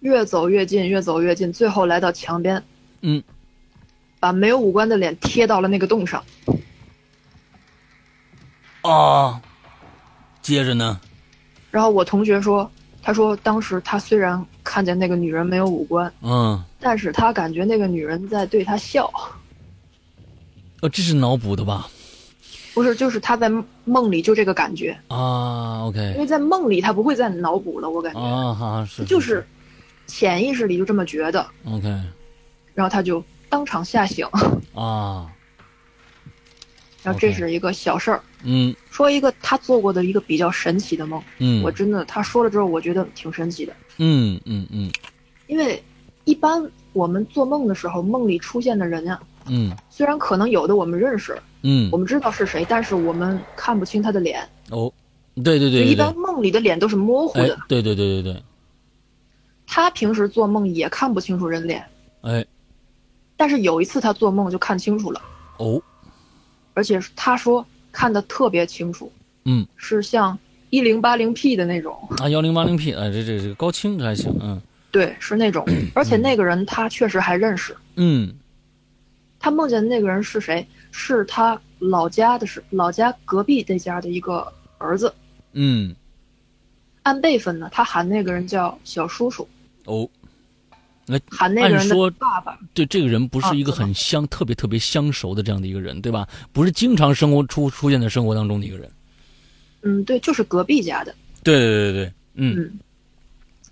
C: 越走越近，越走越近，最后来到墙边，
B: 嗯，
C: 把没有五官的脸贴到了那个洞上。
B: 啊，接着呢，
C: 然后我同学说，他说当时他虽然看见那个女人没有五官，
B: 嗯，
C: 但是他感觉那个女人在对他笑，
B: 哦，这是脑补的吧？
C: 不是，就是他在梦里就这个感觉，
B: 啊
C: 因
B: ，OK，
C: 为在梦里他不会再脑补了，我感觉、
B: 啊，哈，是，
C: 就是潜意识里就这么觉得，
B: OK，
C: 然后他就当场吓醒。
B: 啊，
C: 然后这
B: OK
C: 是一个小事儿，
B: 嗯
C: 说一个他做过的一个比较神奇的梦，
B: 嗯，
C: 我真的他说了之后，我觉得挺神奇的。
B: 嗯嗯嗯
C: 因为一般我们做梦的时候，梦里出现的人呀、
B: 嗯
C: 虽然可能有的我们认识，
B: 嗯
C: 我，们知道是谁，但是我们看不清他的脸。
B: 哦，对对
C: 就
B: 对对
C: 一般
B: 对，
C: 梦里的脸都是模糊
B: 哎
C: 的，，
B: 对对对对对，
C: 他平时做梦也看不清楚人脸，
B: 哎，
C: 但是有一次他做梦就看清楚了，
B: 哦，
C: 而且他说看得特别清楚，
B: 嗯，
C: 是像一零八零 P 的那种，
B: 啊，幺零八零 P，哎，这这这高清这还行，嗯
C: 对，是那种，而且那个人他确实还认识。
B: 嗯，
C: 他梦见那个人是谁？是他老家的是老家隔壁这家的一个儿子，
B: 嗯，
C: 按辈分呢，他喊那个人叫小叔叔，
B: 哦，那
C: 喊那个人
B: 按说
C: 的爸爸。
B: 对这个人不是一个
C: 啊知道
B: 很相、特别特别相熟的这样的一个人，对吧？不是经常生活出出现在生活当中的一个人。
C: 嗯，对，就是隔壁家的。
B: 对对对对，嗯
C: 嗯，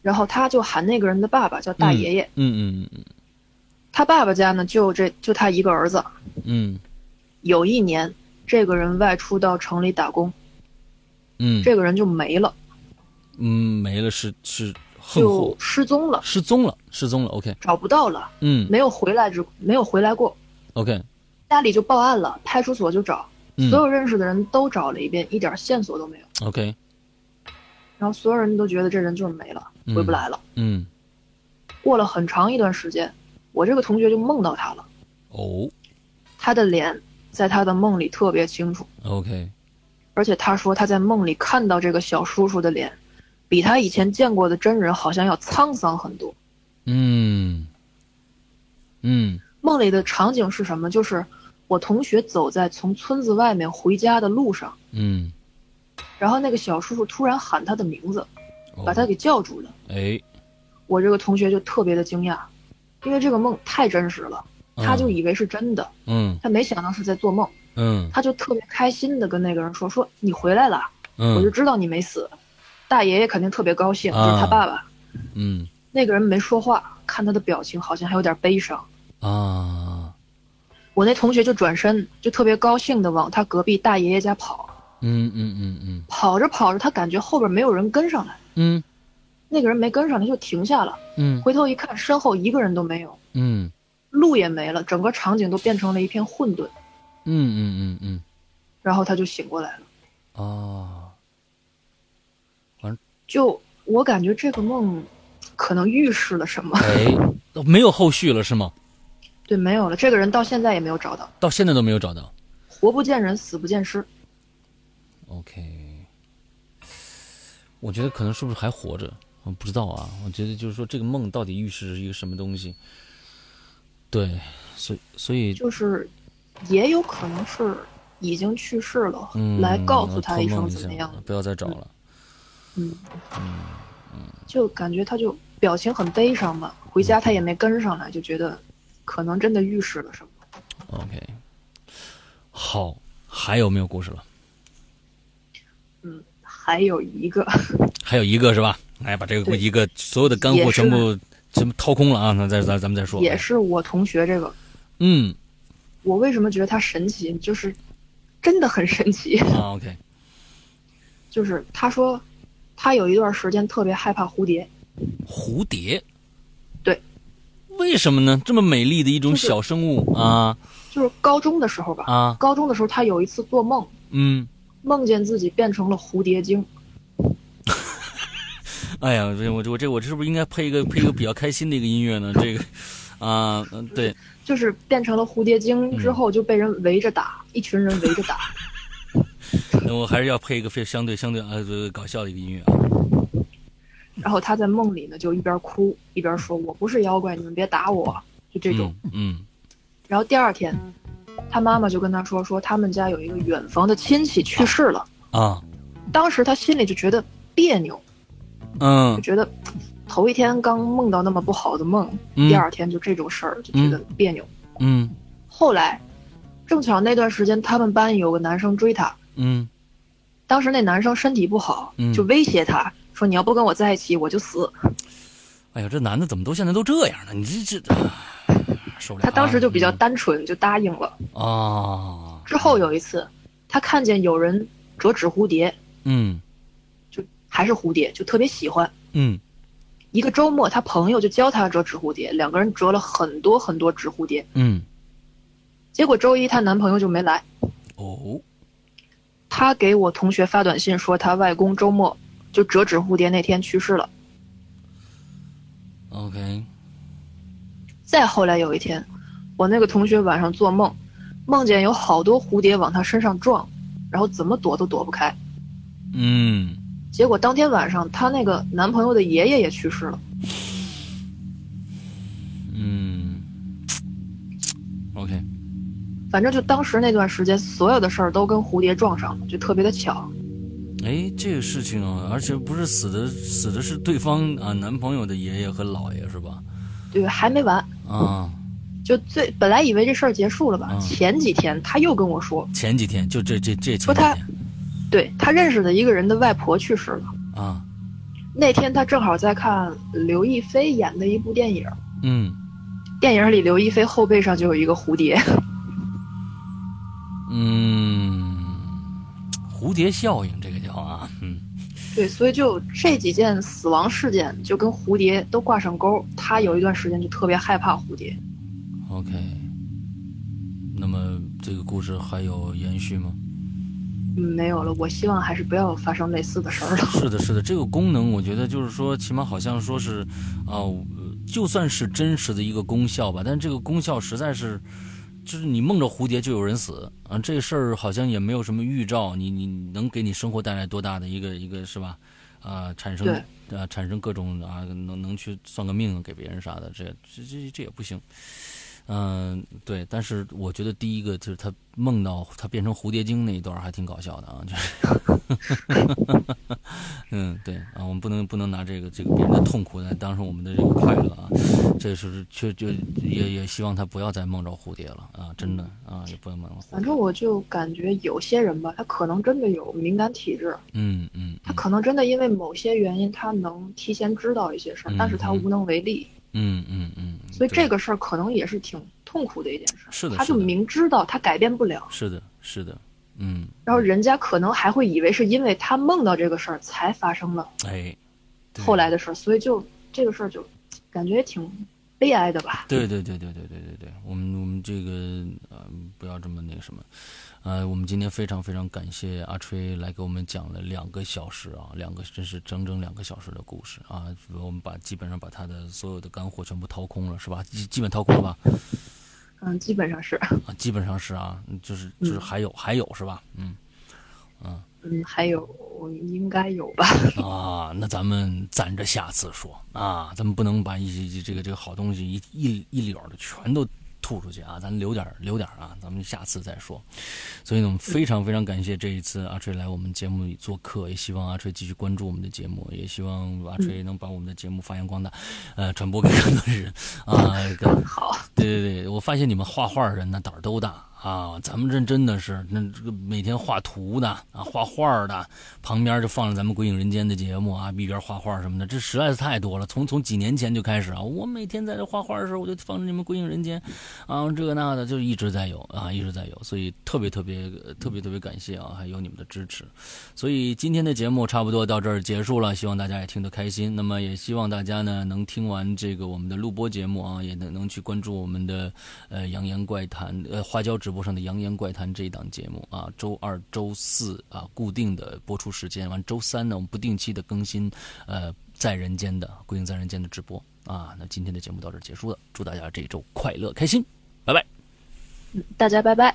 C: 然后他就喊那个人的爸爸叫大爷爷，
B: 嗯嗯嗯
C: 他爸爸家呢就这就他一个儿子。
B: 嗯
C: 有一年，这个人外出到城里打工，
B: 嗯
C: 这个人就没了，
B: 嗯，没了是是横
C: 就
B: 祸，
C: 失踪了，
B: 失踪了，失踪了。OK，
C: 找不到了，
B: 嗯
C: 没有回来之没有回来过，
B: ，OK，
C: 家里就报案了，派出所就找，
B: 嗯
C: 所有认识的人都找了一遍，一点线索都没有。
B: ，OK，
C: 然后所有人都觉得这人就是没了，
B: 嗯
C: 回不来了。
B: 嗯，
C: 过了很长一段时间，我这个同学就梦到他了，
B: 哦
C: 他的脸在他的梦里特别清楚，
B: ，OK，
C: 而且他说他在梦里看到这个小叔叔的脸，比他以前见过的真人好像要沧桑很多。
B: 嗯嗯
C: 梦里的场景是什么？就是我同学走在从村子外面回家的路上，
B: 嗯，
C: 然后那个小叔叔突然喊他的名字，
B: 哦
C: 把他给叫住了。
B: 哎，
C: 我这个同学就特别的惊讶，因为这个梦太真实了，他就
B: 嗯
C: 以为是真的，
B: 嗯
C: 他没想到是在做梦，
B: 嗯
C: 他就特别开心的跟那个人说：“说你回来了，我就
B: 嗯
C: 知道你没死。”大爷爷肯定特别高兴，就是他爸爸。
B: 啊嗯
C: 那个人没说话，看他的表情好像还有点悲伤。
B: 啊，
C: 我那同学就转身，就特别高兴的往他隔壁大爷爷家跑。
B: 嗯嗯嗯嗯
C: 跑着跑着，他感觉后边没有人跟上来，
B: 嗯
C: 那个人没跟上来就停下了。
B: 嗯
C: 回头一看，身后一个人都没有，
B: 嗯
C: 路也没了，整个场景都变成了一片混沌。
B: 嗯嗯嗯嗯
C: 然后他就醒过来了。
B: 啊，
C: 就我感觉这个梦，可能预示了什么。
B: 哎，没有后续了是吗？
C: 对，没有了。这个人到现在也没有找到，
B: 到现在都没有找到。
C: 活不见人，死不见尸。
B: OK，我觉得可能是不是还活着，我不知道啊。我觉得就是说，这个梦到底预示是一个什么东西？对，所以所以
C: 就是，也有可能是已经去世了，
B: 嗯，
C: 来告诉他
B: 托
C: 一声
B: 梦
C: 怎么
B: 下
C: 样。
B: 不要再找了。
C: 嗯，就感觉他就表情很悲伤吧。回家他也没跟上来，就觉得可能真的预示了什么。
B: OK，好，还有没有故事了？
C: 还有一个，
B: 还有一个是吧？哎，把这个
C: 对
B: 一个所有的干货
C: 也是
B: 全部全部掏空了啊！那再咱咱们再说。
C: 也是我同学这个，
B: 嗯
C: 我为什么觉得他神奇？就是真的很神奇。 [laughs]
B: 啊，OK，
C: 就是他说，他有一段时间特别害怕蝴蝶，
B: 蝴蝶，
C: 对，
B: 为什么呢？这么美丽的一种
C: 就是
B: 小生物啊
C: 就是高中的时候吧。
B: 啊，
C: 高中的时候，他有一次做梦，
B: 嗯，
C: 梦见自己变成了蝴蝶精，
B: 哎呀，这我这我这我这是不是应该配一个配一个比较开心的一个音乐呢？这个啊，嗯对，
C: 就是变成了蝴蝶精
B: 嗯
C: 之后就被人围着打，一群人围着
B: [laughs]
C: 打。
B: 那我还是要配一个非相对相对呃搞笑的一个音乐啊。
C: 然后他在梦里呢，就一边哭一边说：“我不是妖怪，你们别打我。”就这种。
B: 嗯嗯
C: 然后第二天，他妈妈就跟他说：“说他们家有一个远房的亲戚去世了。
B: 啊”
C: 当时他心里就觉得别扭，就
B: 嗯
C: 觉得嗯头一天刚梦到那么不好的梦，
B: 嗯
C: 第二天就这种事儿，就觉得别扭。
B: 嗯
C: 后来，正巧那段时间他们班有个男生追她，
B: 嗯
C: 当时那男生身体不好，
B: 嗯
C: 就威胁她说：“你要不跟我在一起，我就死。
B: 哎呀，这男的怎么都现在都这样呢？你这这、啊受不了啊。
C: 他当时就比较单纯，就答应了。
B: 嗯啊，
C: 之后有一次，他看见有人折纸蝴蝶，
B: 嗯
C: 就还是蝴蝶，就特别喜欢。
B: 嗯
C: 一个周末，他朋友就教他折纸蝴蝶，两个人折了很多很多纸蝴蝶。
B: 嗯
C: 结果周一她男朋友就没来，
B: 哦
C: 她给我同学发短信说她外公周末就折纸蝴蝶那天去世了。
B: ，OK，
C: 再后来有一天，我那个同学晚上做梦，梦见有好多蝴蝶往他身上撞，然后怎么躲都躲不开。
B: 嗯
C: 结果当天晚上，她那个男朋友的爷爷也去世了。
B: 嗯，OK，
C: 反正就当时那段时间，所有的事儿都跟蝴蝶撞上了，就特别的巧。
B: 哎，这个事情啊，而且不是死的，死的是对方啊，男朋友的爷爷和姥爷是吧？
C: 对，还没完，
B: 啊，
C: 就最本来以为这事儿结束了吧，
B: 嗯
C: 前几天他又跟我说，
B: 前几天就这这这前
C: 说
B: 几
C: 他
B: 天
C: 对他认识的一个人的外婆去世了。
B: 啊，
C: 那天她正好在看刘亦菲演的一部电影，
B: 嗯
C: 电影里刘亦菲后背上就有一个蝴蝶，
B: 嗯，蝴蝶效应这个叫啊，嗯
C: 对，所以就这几件死亡事件就跟蝴蝶都挂上钩。她有一段时间就特别害怕蝴蝶，
B: ，OK。那么这个故事还有延续吗？
C: 嗯，没有了。我希望还是不要发生类似的事儿了。
B: 是的，是的，这个功能我觉得就是说，起码好像说是，啊、呃就算是真实的一个功效吧，但是这个功效实在是，就是你梦着蝴蝶就有人死啊，这事儿好像也没有什么预兆，你你能给你生活带来多大的一个一个是吧？啊、产生
C: 对
B: 啊，产生各种啊，能能去算个命给别人啥的，这这这这也不行。嗯、对，但是我觉得第一个就是他梦到他变成蝴蝶精那一段儿还挺搞笑的啊，就是嗯，对啊，我们不能不能拿这个这个别人的痛苦来当成我们的这个快乐啊，这是确就也也希望他不要再梦着蝴蝶了啊，真的啊，也不要梦着蝴
C: 反
B: 蝶，
C: 正我就感觉有些人吧，他可能真的有敏感体质，
B: 嗯嗯
C: 他可能真的因为某些原因，他能提前知道一些事儿
B: 嗯，
C: 但是他无能为力，
B: 嗯嗯嗯，
C: 所以
B: 对
C: 这个事儿可能也是挺痛苦的一件事儿。
B: 是的
C: 他就是
B: 的
C: 明知道他改变不了，
B: 是的是的，嗯，
C: 然后人家可能还会以为是因为他梦到这个事儿才发生了
B: 哎，对
C: 后来的事儿，所以就这个事儿就感觉挺悲哀的吧。
B: 对对对对对对对对，我们我们这个呃不要这么那个什么，呃，我们今天非常非常感谢阿吹来给我们讲了两个小时啊，两个真是整整两个小时的故事啊，我们把基本上把他的所有的干货全部掏空了是吧？基基本掏空了吧？
C: 嗯，基本上是，
B: 啊，基本上是啊，就是就是还有、还有是吧？嗯。
C: 嗯，还有应该有吧。
B: [laughs] 啊，那咱们攒着下次说啊，咱们不能把一些这个这个好东西一一一溜的全都吐出去啊，咱留点儿留点儿啊，咱们下次再说。所以呢，我们非常非常感谢这一次阿吹来我们节目里做客，也希望阿吹继续关注我们的节目，也希望阿吹能把我们的节目发扬光大，呃，传播给更多人啊。跟
C: 好，
B: 对对对，我发现你们画画的人那胆儿都大啊！咱们这真的是那这个每天画图的啊，画画的，旁边就放着咱们《鬼影人间》的节目啊，一边画画什么的，这实在是太多了。从从几年前就开始啊，我每天在这画画的时候，我就放着你们《鬼影人间》，啊，这个那的就一直在有啊，一直在有，所以特别特别呃特别特别感谢啊，还有你们的支持。所以今天的节目差不多到这儿结束了，希望大家也听得开心。那么也希望大家呢能听完这个我们的录播节目啊，也能能去关注我们的呃《扬言怪谈》呃花椒直播上的《扬言怪谈》这一档节目啊，周二、周四啊固定的播出时间，完周三呢我们不定期的更新呃在人间的归隐在人间的直播啊。那今天的节目到这儿结束了，祝大家这一周快乐开心，拜拜。
C: 大家拜拜。